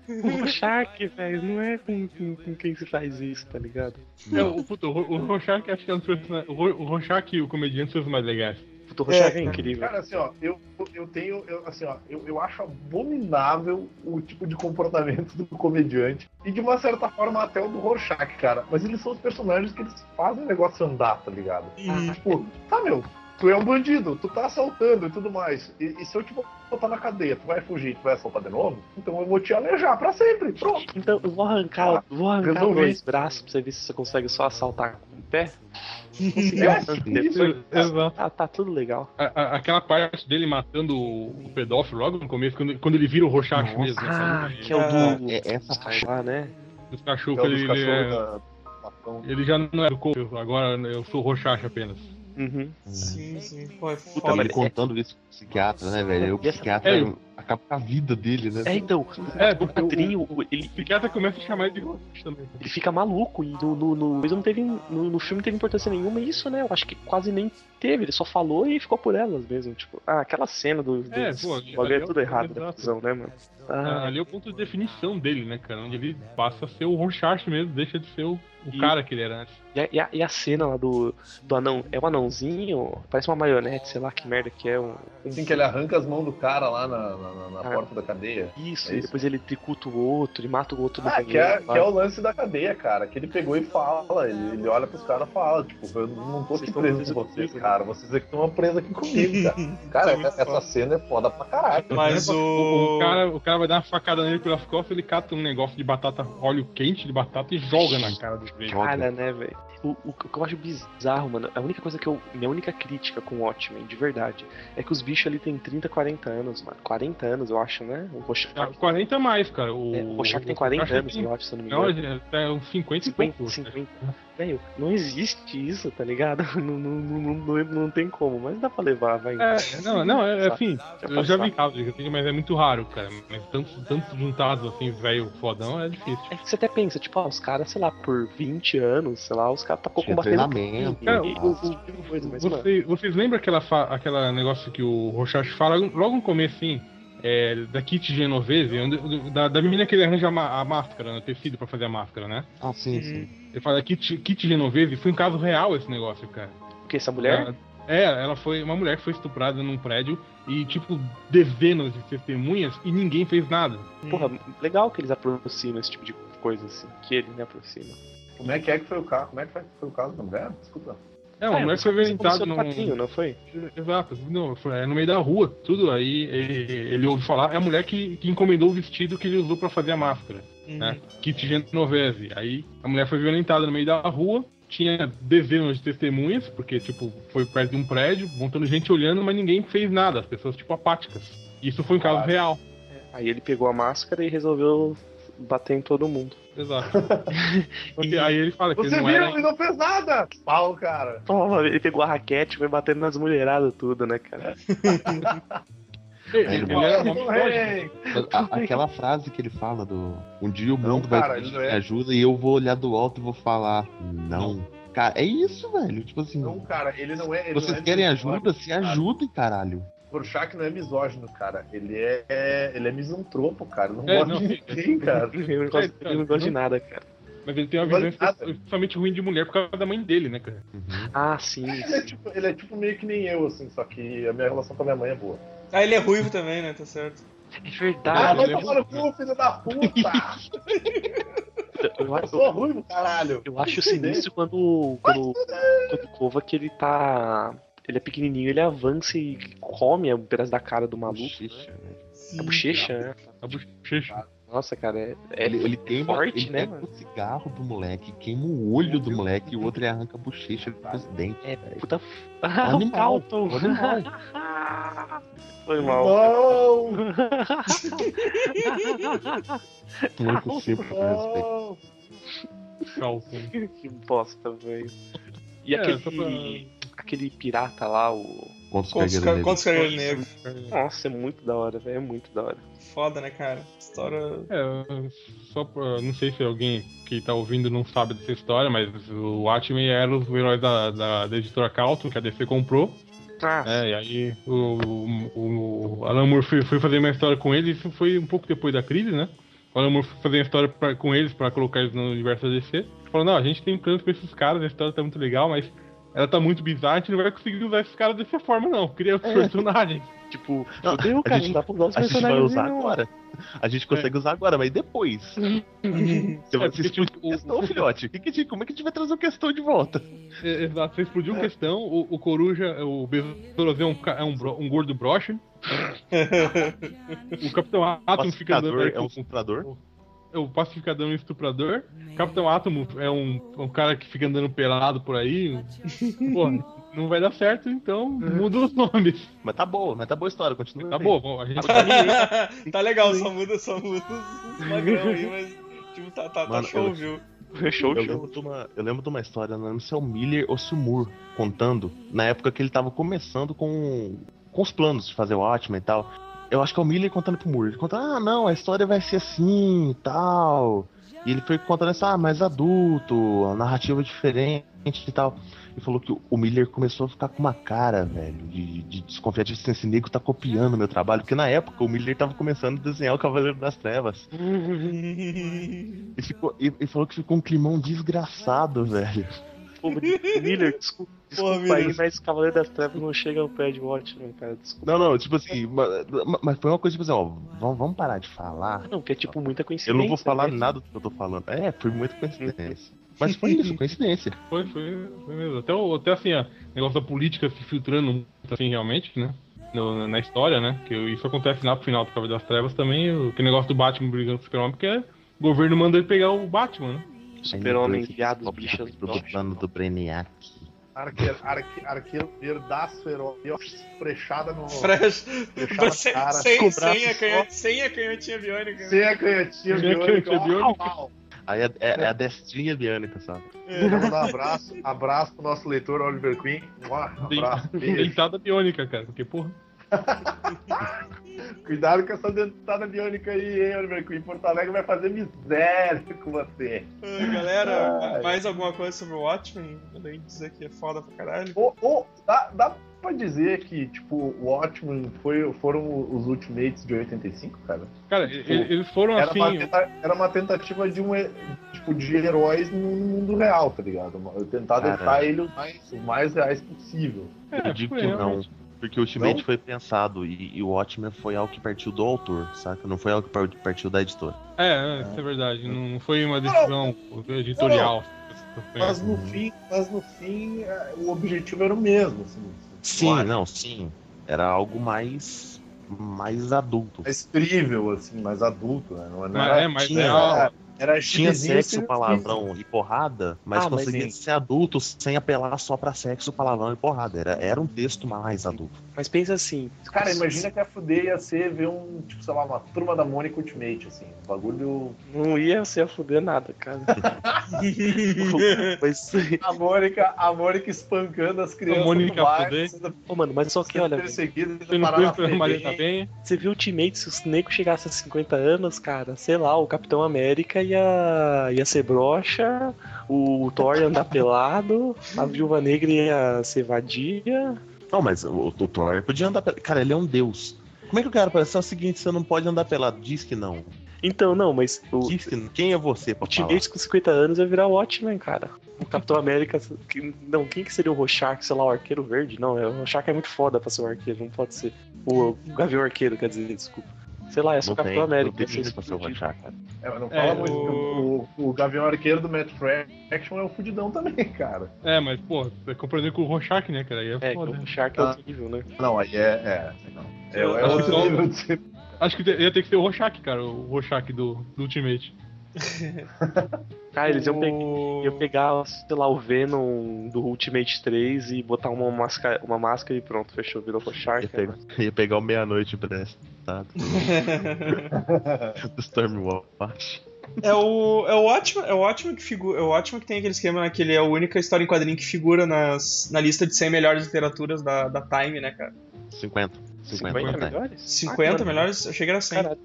O Shark, velho, não é com, com, com quem se faz isso, tá ligado?
É, o, puta, o, o Rorschach acho que é um dos personagens. O, Ro- o Rorschach e o comediante são os mais legais.
Puta, o Rorschach é,
É,
incrível.
Cara, assim, ó, eu, eu tenho, eu, assim, ó, eu, eu acho abominável o tipo de comportamento do comediante e de uma certa forma até o do Rorschach, cara. Mas eles são os personagens que eles fazem o negócio andar, tá ligado?
Hum.
Tipo, tá, meu, tu é um bandido, tu tá assaltando e tudo mais. E, e se eu te botar na cadeia, tu vai fugir, tu vai assaltar de novo? Então eu vou te alejar pra sempre, pronto.
Então, eu vou arrancar, vou arrancar
resolvi.
dois braços pra você ver se você consegue só assaltar com o pé.
Isso aí.
Exato.
Tá, tá tudo legal.
A- a- aquela parte dele matando o, o pedófilo logo no começo, quando, quando ele vira o Rorschach mesmo.
Ah,
sabe?
que é o do...
É, essa
Sei lá, né?
Os
É o
cachorros,
dos
ele, ele é-
cachorros da- da Pão.
ele já não é o Cole, agora eu sou o Rorschach apenas.
Uhum.
Sim, sim. Pô, é
Puta,
foda.
mas contando isso com o psiquiatra, né, velho? Eu, psiquiatra,
É,
eu- acaba com a vida dele, né?
É, então,
É,
o
porque o,
quadrinho, ele,
o psiquiatra começa a chamar ele de Robin também.
ele fica maluco. E no, no, no- mas não teve, no, no filme não teve importância nenhuma isso, né? Eu acho que quase nem teve. Ele só falou e ficou por elas mesmo. Tipo, ah, aquela cena do. do
É, pô, ali-
o bagulho
ali
é
é
tudo
o-
errado da
exato.
prisão, né, mano? Ah,
Ali é o ponto de definição dele, né, cara? Onde ele passa a ser o Rorschach mesmo, deixa de ser o, o cara que ele era antes.
e, a, e a- e a cena lá do, do anão. É um anãozinho? Parece uma marionete, sei lá que merda que é. Um, um-
Assim que ele arranca as mãos do cara lá na, na- na- na
Ah.
porta da cadeia.
Isso,
É
e
isso?
depois ele tricuta o outro, ele mata o outro no
Ah, que
banheiro,
é,
lá.
que é o lance da cadeia, cara. Que ele pegou e fala, ele, ele olha pros caras e fala, tipo, eu não tô
Vocês
aqui
estão
preso
presos
com vocês,
comigo,
cara. Vocês é que estão presos aqui comigo, cara. Cara,
Isso é
essa,
muito
essa
foda.
cena é foda pra caralho.
Mas
O- O,
o.
cara, o cara vai dar uma facada nele pelas costas, ele cata um negócio de batata, óleo quente de batata e joga na cara do dele.
cara, né, velho? O, o que eu acho bizarro, mano, a única coisa que eu. Minha única crítica com o Watchmen, de verdade, é que os bichos ali têm 30, 40 anos, mano. 40 anos, eu acho, né? O Rorschach,
Ah, 40 a mais, cara. O,
é, o Rorschach tem 40 anos, né?
não.
eu acho, se eu não me
Não,
engano.
ele é uns 50 e
50,
pouco. cara.
50. Velho, não existe isso, tá ligado? Não, não, não, não, não tem como, mas dá pra levar, vai.
É, não, não, é, é, assim, eu
pode
já
falar.
vi casos, de gatinho, mas é muito raro, cara. Mas tantos, tantos juntados assim, velho fodão, é difícil.
É que você até pensa, tipo, ah, os caras, sei lá, por 20 anos, sei lá, os caras tá
Tinha
combatendo.
treinamento,
Cara,
e- e-
nossa.
esse tipo de coisa, mas, mano,
Você- vocês lembram aquela, fa- aquela negócio que o Rochard fala logo no começo, assim, é, da Kit Genovese, onde- da, da menina que ele arranja a, ma- a máscara, né, o tecido pra fazer a máscara, né?
Ah, sim, sim.
Ele fala Kit, Kit Genovese, foi um caso real esse negócio, cara.
o que, essa mulher?
Ela- é, ela foi uma mulher que foi estuprada num prédio e, tipo, dezenas de testemunhas e ninguém fez nada.
Porra, legal que eles aproximam esse tipo de coisa, assim. Que ele me aproxima.
Como é que é que foi o caso? Como é que foi, foi o caso da mulher? Desculpa.
É, uma
É,
mulher que foi
mas
violentada
aconteceu no
num,
quadrinho, não foi?
Exato, não, foi- é no meio da rua, tudo. Aí ele, ele ouve falar, é a mulher que, que encomendou o vestido que ele usou pra fazer a máscara, né? Kit Genovese. Aí a mulher foi violentada no meio da rua, tinha dezenas de testemunhas, porque, tipo, foi perto de um prédio, montando gente olhando, mas ninguém fez nada, as pessoas, tipo, apáticas. Isso foi um caso
Claro.
real,
Aí ele pegou a máscara e resolveu bater em todo mundo.
exato. Porque aí ele fala É que ele
Você
não era. um-
viu? Ele não fez nada! Pau, cara.
Toma, ele pegou a raquete e foi batendo nas mulheradas tudo, né, cara?
Ele, ele era um homem lógico.
Ei,
A- aquela frase que ele fala do um dia o
Não,
mundo
cara,
vai
ele
pedir
não é.
ajuda e eu vou olhar do alto e vou falar não. Cara, é isso, velho. Tipo assim,
Não, cara, ele não é. Ele não
vocês
é
querem
misógino,
ajuda? Se
cara.
ajudem, caralho.
O Rorschach não é misógino, cara. Ele é. Ele é misantropo, cara. Não
É,
gosta
não.
de ninguém, cara.
Eu não
É,
gosto,
então.
eu não gosto de nada, cara.
Mas ele tem uma
Não vale
visão especialmente ruim de mulher por causa da mãe dele, né, cara?
Ah, sim.
Ele é, tipo, ele é tipo meio que nem eu, assim, só que a minha relação com a minha mãe é boa.
Ah, ele é ruivo também, né? Tá certo.
É
Ah,
verdade.
vai tomar no cu, filho da puta!
Eu,
Eu
acho-
sou ruim, caralho!
eu acho sinistro quando, quando, quando o Kova que ele tá. Ele é pequenininho, ele avança e come um pedaço da cara do maluco.
Bochecha, velho.
A bochecha, né?
A bochecha.
Nossa, cara, é, é
Ele, ele tem
forte, né,
pega
mano?
o cigarro do moleque, queima o olho do moleque e o outro é ele arranca a bochecha com os dentes.
É,
velho.
puta.
É
o
animal,
Calton.
é animal.
Ah, Foi mal.
Não!
O moleque Um sempre com respeito.
Não!
Calton.
que bosta, velho. E
É, só
aquele,
pra-
aquele pirata lá, o.
Contra os
Contos
cargueiros
Carreiro
dele.
Negro.
Nossa, é muito da hora, velho. É muito da hora.
Foda, né, cara? História.
É, só pra, não sei se alguém que tá ouvindo não sabe dessa história, mas o Watchmen era os heróis da, da, da editora Calton, que a DC comprou.
Ah,
É.
né, e aí o, o, o Alan Moore foi, foi fazer uma história com eles, isso foi um pouco depois da crise, né? O Alan Moore foi fazer uma história pra, com eles pra colocar eles no universo da DC. Falou, não, a gente tem planos pra esses caras, a história tá muito legal, mas ela tá muito bizarra, a gente não vai conseguir usar esses caras dessa forma, não. Cria outros personagens.
tipo,
Não,
fudeu, cara. A
a gente-
gente dá pra usar os
A gente vai
personagens
usar
não.
agora. A gente consegue usar agora, mas depois. Você vai
É, porque,
se explodir
tipo, o-
questão,
o-
filhote. O que que a gente- como é que a gente vai trazer o questão de volta?
É, Exato, você explodiu questão, o, o Coruja, o Bezorozé é um, ca- é um, bro- um gordo broxa. o Capitão Átomo fica andando aí
Pacificador é
com,
um comprador.
é o pacificador e o estuprador. O Capitão Átomo é um, um cara que fica andando pelado por aí. Pô, não vai dar certo, então muda os nomes.
Mas tá boa, mas tá boa a história, continua.
Tá
aí.
bom, bom, a gente
tá legal, só muda, só muda os magrão aí, mas. Tipo, tá, tá,
Mano,
tá show,
eu-
viu?
Show,
Eu
show.
lembro, de uma, eu lembro de uma história, não lembro se é o Miller ou se o Moore, contando, na época que ele tava começando com, com os planos de fazer o Watchmen e tal. Eu acho que é o Miller contando pro Moore. Ele conta, ah, não, a história vai ser assim e tal. E ele foi contando essa, ah, mais adulto, a narrativa é diferente e tal. E falou que o Miller começou a ficar com uma cara, velho, de, de desconfiar de se esse nego tá copiando meu trabalho. Porque na época o Miller tava começando a desenhar o Cavaleiro das Trevas. E, ficou, e, e falou que ficou um climão desgraçado, velho.
Pô, Miller, desculpa, desculpa aí,
Miller.
mas Cavaleiro das Trevas não chega ao pé de Watchmen, cara. Desculpa.
Não, não, tipo assim, ma- ma- mas, foi uma coisa tipo assim, ó, vamos, vamos parar de falar.
Não, que é tipo muita
Eu
coincidência.
não vou falar
né?
nada do que eu tô falando. É, foi muita coincidência. Mas foi isso, coincidência.
Foi, foi, foi mesmo. Até, o- até assim, a negócio da política se filtrando muito assim realmente, né? No- na história, né? Que isso acontece lá pro final do Cavaleiro das Trevas também. O que negócio do Batman brigando com o Super-Homem, porque o governo manda ele pegar o Batman, né?
Super-Homem, viados, bichas,
do Tipo, plano do Breniac.
Arqueiro, arque, arqueiro verdaço, herói, ó, frechada no.
Fresh.
Fechava a
Sem,
cara,
sem,
com
sem, a
braço
canhotinha, sem a canhotinha biônica. né?
Sem a canhotinha
Sem a canhotinha biônica.
biônica.
Aí é, é- é a destrinha biônica, sabe?
É.
Quero mandar um abraço, abraço pro nosso leitor Oliver Queen. Um abraço, beijo.
Deitada é biônica, cara. Porque, porra.
Cuidado com essa dentada biônica aí, hein, Oliver Queen. Porto Alegre vai fazer miséria com você.
Ah, Galera, mais alguma coisa sobre o Watchmen? Além de dizer que é foda pra caralho.
Ou, ou dá, dá pra dizer que, tipo, o Watchmen foi, foram os Ultimates de 85, cara?
Cara, e- e- eles foram
Era, uma,
assim.
tenta- era uma tentativa de um he- tipo, de heróis no mundo real, tá ligado? Uma- Tentar
Cara.
deixar ele o mais, o mais reais possível.
É,
eu digo
foi,
que não.
realmente.
Porque o Ultimate
Não?
foi pensado e, e o Watchmen foi algo que partiu do autor, saca? Não foi algo que par- partiu da editora.
É, é, isso é verdade. Não não foi uma decisão editorial.
Mas no fim, mas no fim eh, o objetivo era o mesmo. assim.
Sim, não, sim. Era algo mais. mais adulto.
Mais crível, assim, mais adulto, né? Não
Mas,
era,
é, mas
tinha-
é a-
era assim,
Tinha
chinesinho,
sexo,
chinesinho.
palavrão e porrada, mas
Ah, mas
conseguia
é-
ser adulto sem apelar só pra sexo, palavrão e porrada. Era, era um texto mais adulto.
Mas pensa assim.
Cara, imagina que a fuder ia ser ver um, tipo, sei lá, uma turma da Mônica Ultimate, assim. Um bagulho.
Não ia ser a fuder nada, cara. mas,
A Mônica, a Mônica espancando as crianças.
A Mônica
no bairro,
fuder.
sendo-
Ô, mano, mas só que,
sendo
olha,
perseguida, sendo
Você não
parada na
custa, Maria tá
frente.
bem.
Você viu o Ultimate, se os negros chegassem a 50 anos, cara, sei lá, o Capitão América ia, ia ser broxa, o Thor ia andar pelado, a Viúva Negra ia ser vadia.
Não, mas o, o Thor podia andar pelado. Cara, ele é um deus. Como é que o cara parece? É o seguinte, você não pode andar pelado. Diz que não.
Então, não, mas o
Diz que não. Quem é você pra falar?
Ultimate com 50 anos ia virar o Watchmen, cara. O Capitão América, que- não, quem que seria o Rorschach, sei lá, o Arqueiro Verde? Não, é- o Rorschach é muito foda pra ser o Arqueiro, não pode ser. O, o Gavião Arqueiro, quer dizer, desculpa. Sei lá, é só o
Não
Capitão
tem,
América.
não
ia
tem
ser
isso pra ser o
explodido.
Rorschach, cara.
É, mas não
É,
fala muito.
o-
O... o Gavião Arqueiro do Metro Action é um fudidão também, cara.
É, mas, pô, você compreendeu com o Rorschach, né, cara? Aí
É,
é
que o
foda.
Rorschach é outro nível, né?
Não, aí é. É, não. é, é
Eu-
outro
eu-
nível de ser-
Acho que te- ia ter que ser o Rorschach, cara, o Rorschach do, do Ultimate.
Cara, Ah, eles iam pegar.
O-
Ia pegar, sei lá, o Venom do Ultimate 3 e botar uma máscara, uma máscara e pronto, fechou, virou Rorschach.
Ia pegar, ia pegar o meia-noite emprestado do Stormwatch.
É o, é o ótimo, é o ótimo que figura, é o ótimo que tem aquele esquema, né, que ele é a única história em quadrinho que figura nas, na lista de 100 melhores literaturas da, da Time, né, cara?
50. 50,
50
né?
melhores?
50
Ah,
melhores, eu achei que era 100.
Caralho.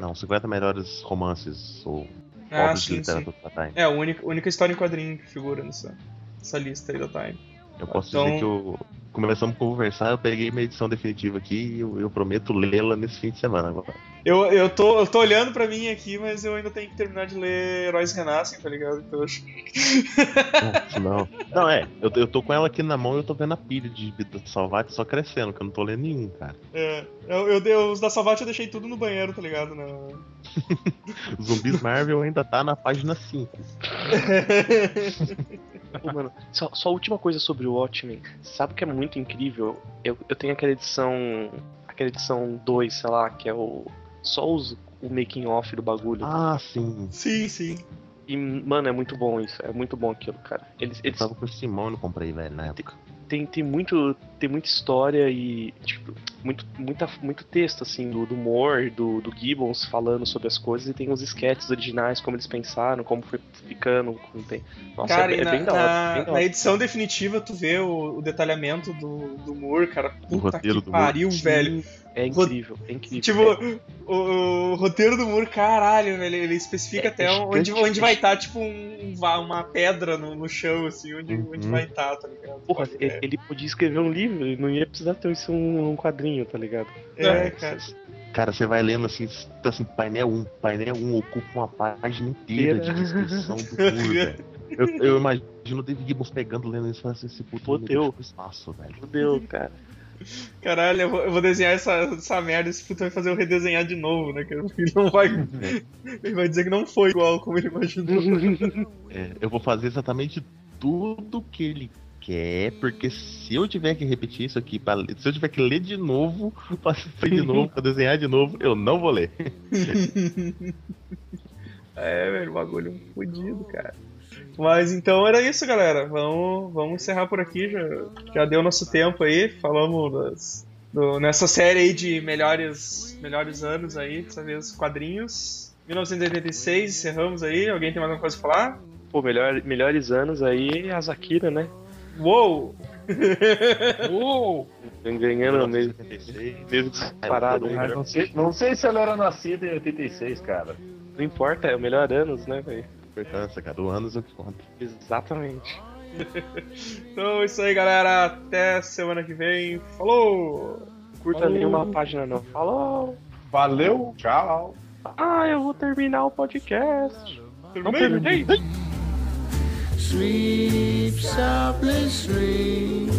Não, 50 melhores romances ou
ah,
obras de
sim, sim.
literatura da Time.
É a única, a única história em quadrinho que figura nessa, nessa lista aí da Time.
Eu posso
Então-
dizer que eu. Começamos a conversar, eu peguei minha edição definitiva aqui e eu, eu prometo lê-la nesse fim de semana agora.
Eu, eu, tô, eu tô olhando pra mim aqui, mas eu ainda tenho que terminar de ler Heróis Renascem, tá ligado? Então eu acho que
Não, Não, não é, eu, eu tô com ela aqui na mão e eu tô vendo a pilha de Vida Salvati só crescendo, que eu não tô lendo nenhum, cara.
é, eu, eu dei- os da Savate eu deixei tudo no banheiro, tá ligado? Na...
Zumbis Marvel ainda tá na página 5.
Pô, mano, só, só a última coisa sobre o Watchmen. Sabe o que é muito incrível? Eu, eu tenho aquela edição. Aquela edição 2, sei lá, que é o. Só os, o making off do bagulho.
Ah, sim.
Sim, sim.
E, mano, é muito bom isso. É muito bom aquilo, cara. Eles,
Eu
eles
tava com o Simão e não comprei, velho, na época.
tem, tem muito tem muita história e tipo, muito, muita, muito texto assim do, do Moore, do, do Gibbons falando sobre as coisas e tem os esquetes originais como eles pensaram, como foi ficando, como tem. Nossa,
cara,
é,
e
é
na,
bem da
na-
hora. bem da
na
hora.
edição definitiva tu vê o, o detalhamento do, do Moore, cara. Puta
roteiro
que
do Moore.
pariu, velho.
É incrível, é incrível.
Tipo,
É-
o, o roteiro do muro, caralho, velho, ele especifica
É
até
gigante,
onde, onde
é
vai estar, tipo, um- va- uma pedra no, no chão, assim, onde, onde
Uhum.
vai estar, tá ligado?
porra, é,
Pode-
ele, ele podia escrever um livro, ele não ia precisar ter isso um, um quadrinho, tá ligado?
é, é, cara.
Cara, você vai lendo assim, tá assim, painel 1, painel 1 ocupa uma página inteira de descrição do muro, velho. Eu, eu imagino o David Gibbons pegando, lendo isso e falando assim, esse puto
Fodeu.
menino deixa o espaço, velho.
Meu Deus, cara.
Caralho, eu vou, eu vou desenhar essa, essa merda, esse puto vai fazer eu redesenhar de novo, né? cara? Ele não vai.
Uhum.
Ele vai dizer que não foi igual como ele imaginou.
É, eu vou fazer exatamente tudo que ele quer, porque se eu tiver que repetir isso aqui, pra, ler- se eu tiver que ler de novo, pra sofrer de novo, pra desenhar de novo, eu não vou ler.
É, velho, o bagulho é um fodido, cara. Mas então era isso, galera. Vamos, vamos encerrar por aqui. Já, já deu nosso tempo aí. Falamos das- do- nessa série aí de melhores, melhores anos aí, dessa vez quadrinhos. 1986, encerramos aí. Alguém tem mais alguma coisa pra falar?
Pô, melhor, melhores anos aí, a Zakira, né?
Uou!
Uou!
Ganhando mesmo, mesmo disparado. né?
É,
aí.
Mas não sei, não sei se ela era nascida em 86, cara.
Não importa, é o melhor anos, né, velho?
Importância, cara, do anos eu conto.
Exatamente.
Então é isso aí, galera. Até semana que vem. Falou!
Não curta
Falou.
nenhuma página, não. Falou!
Valeu, tchau.
Ah, eu vou terminar o podcast. Não
Terminei?
terminei?
Sleep, softly sleep,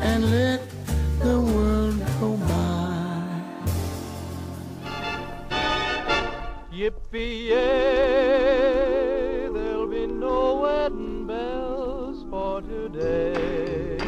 and let the world go by. Yippee yay! There'll be no wedding bells for today.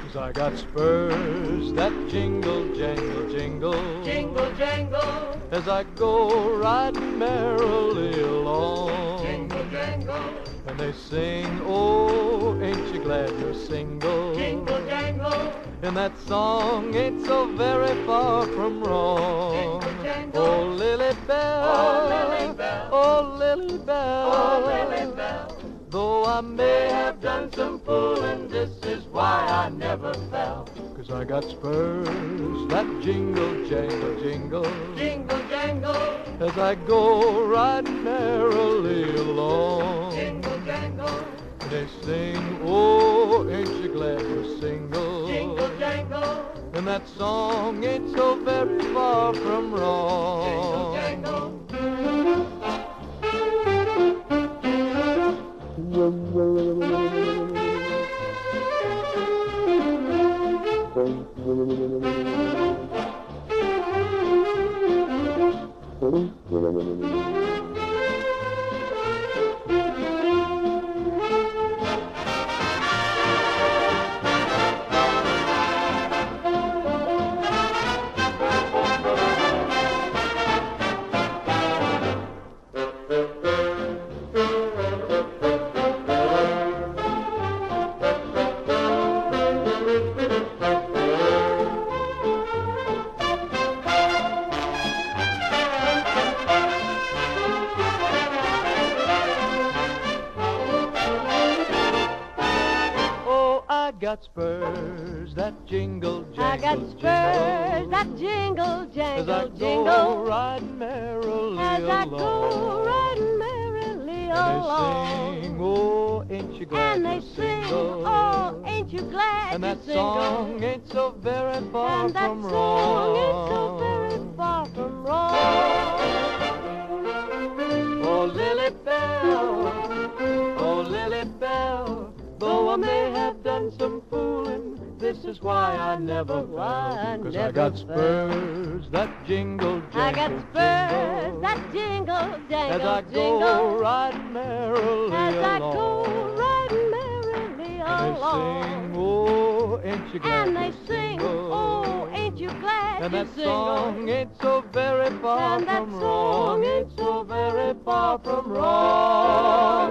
'Cause I got spurs that jingle, jangle, jingle, jingle, jangle, as I go riding merrily along. Jingle, jangle, and they sing, "Oh, ain't you glad you're single?" Jingle, jangle, and that song ain't so very far from wrong. Jingle, jangle, oh, Lily Bell, oh, Lily Bell, oh, Lily Bell, oh, Lily Bell. Though I may have done some fooling, this is why I never fell. Cause I got spurs that jingle, jangle, jingle. Jingle, jangle. As I go riding merrily along. Jingle, jangle. They sing, oh, ain't you glad you're single? Jingle, jangle. And that song ain't so very far from wrong. Jingle, jangle. Oh, I got spurs that jingle, jangle,
I got
jingle.
spurs that jingle,
As I go
jangle, jingle.
riding merrily
As I go
along.
riding merrily
and they sing,
along.
oh, ain't you glad
And they
you're
sing,
single?
oh, ain't you glad
and
you're
that
single?
song ain't so very far
And that
from
song is so
wrong.
very far from wrong.
Oh, Lily Bell, oh, Lily Bell, though I may have done some fooling, this is why I never
Why I
fell. 'Cause I
never
got
fell.
spurs that jingle, jingle,
I got
jingle.
spurs that jingle,
As I
jangle,
go
jingle.
riding merrily
As I
along.
go riding merrily
And they sing, oh,
along.
ain't you glad
And they
you're
sing,
single?"
oh, ain't you glad
And
you're
that
single?
song ain't so very far
And that
from
song
wrong.
ain't
It's so very far
far from
from wrong.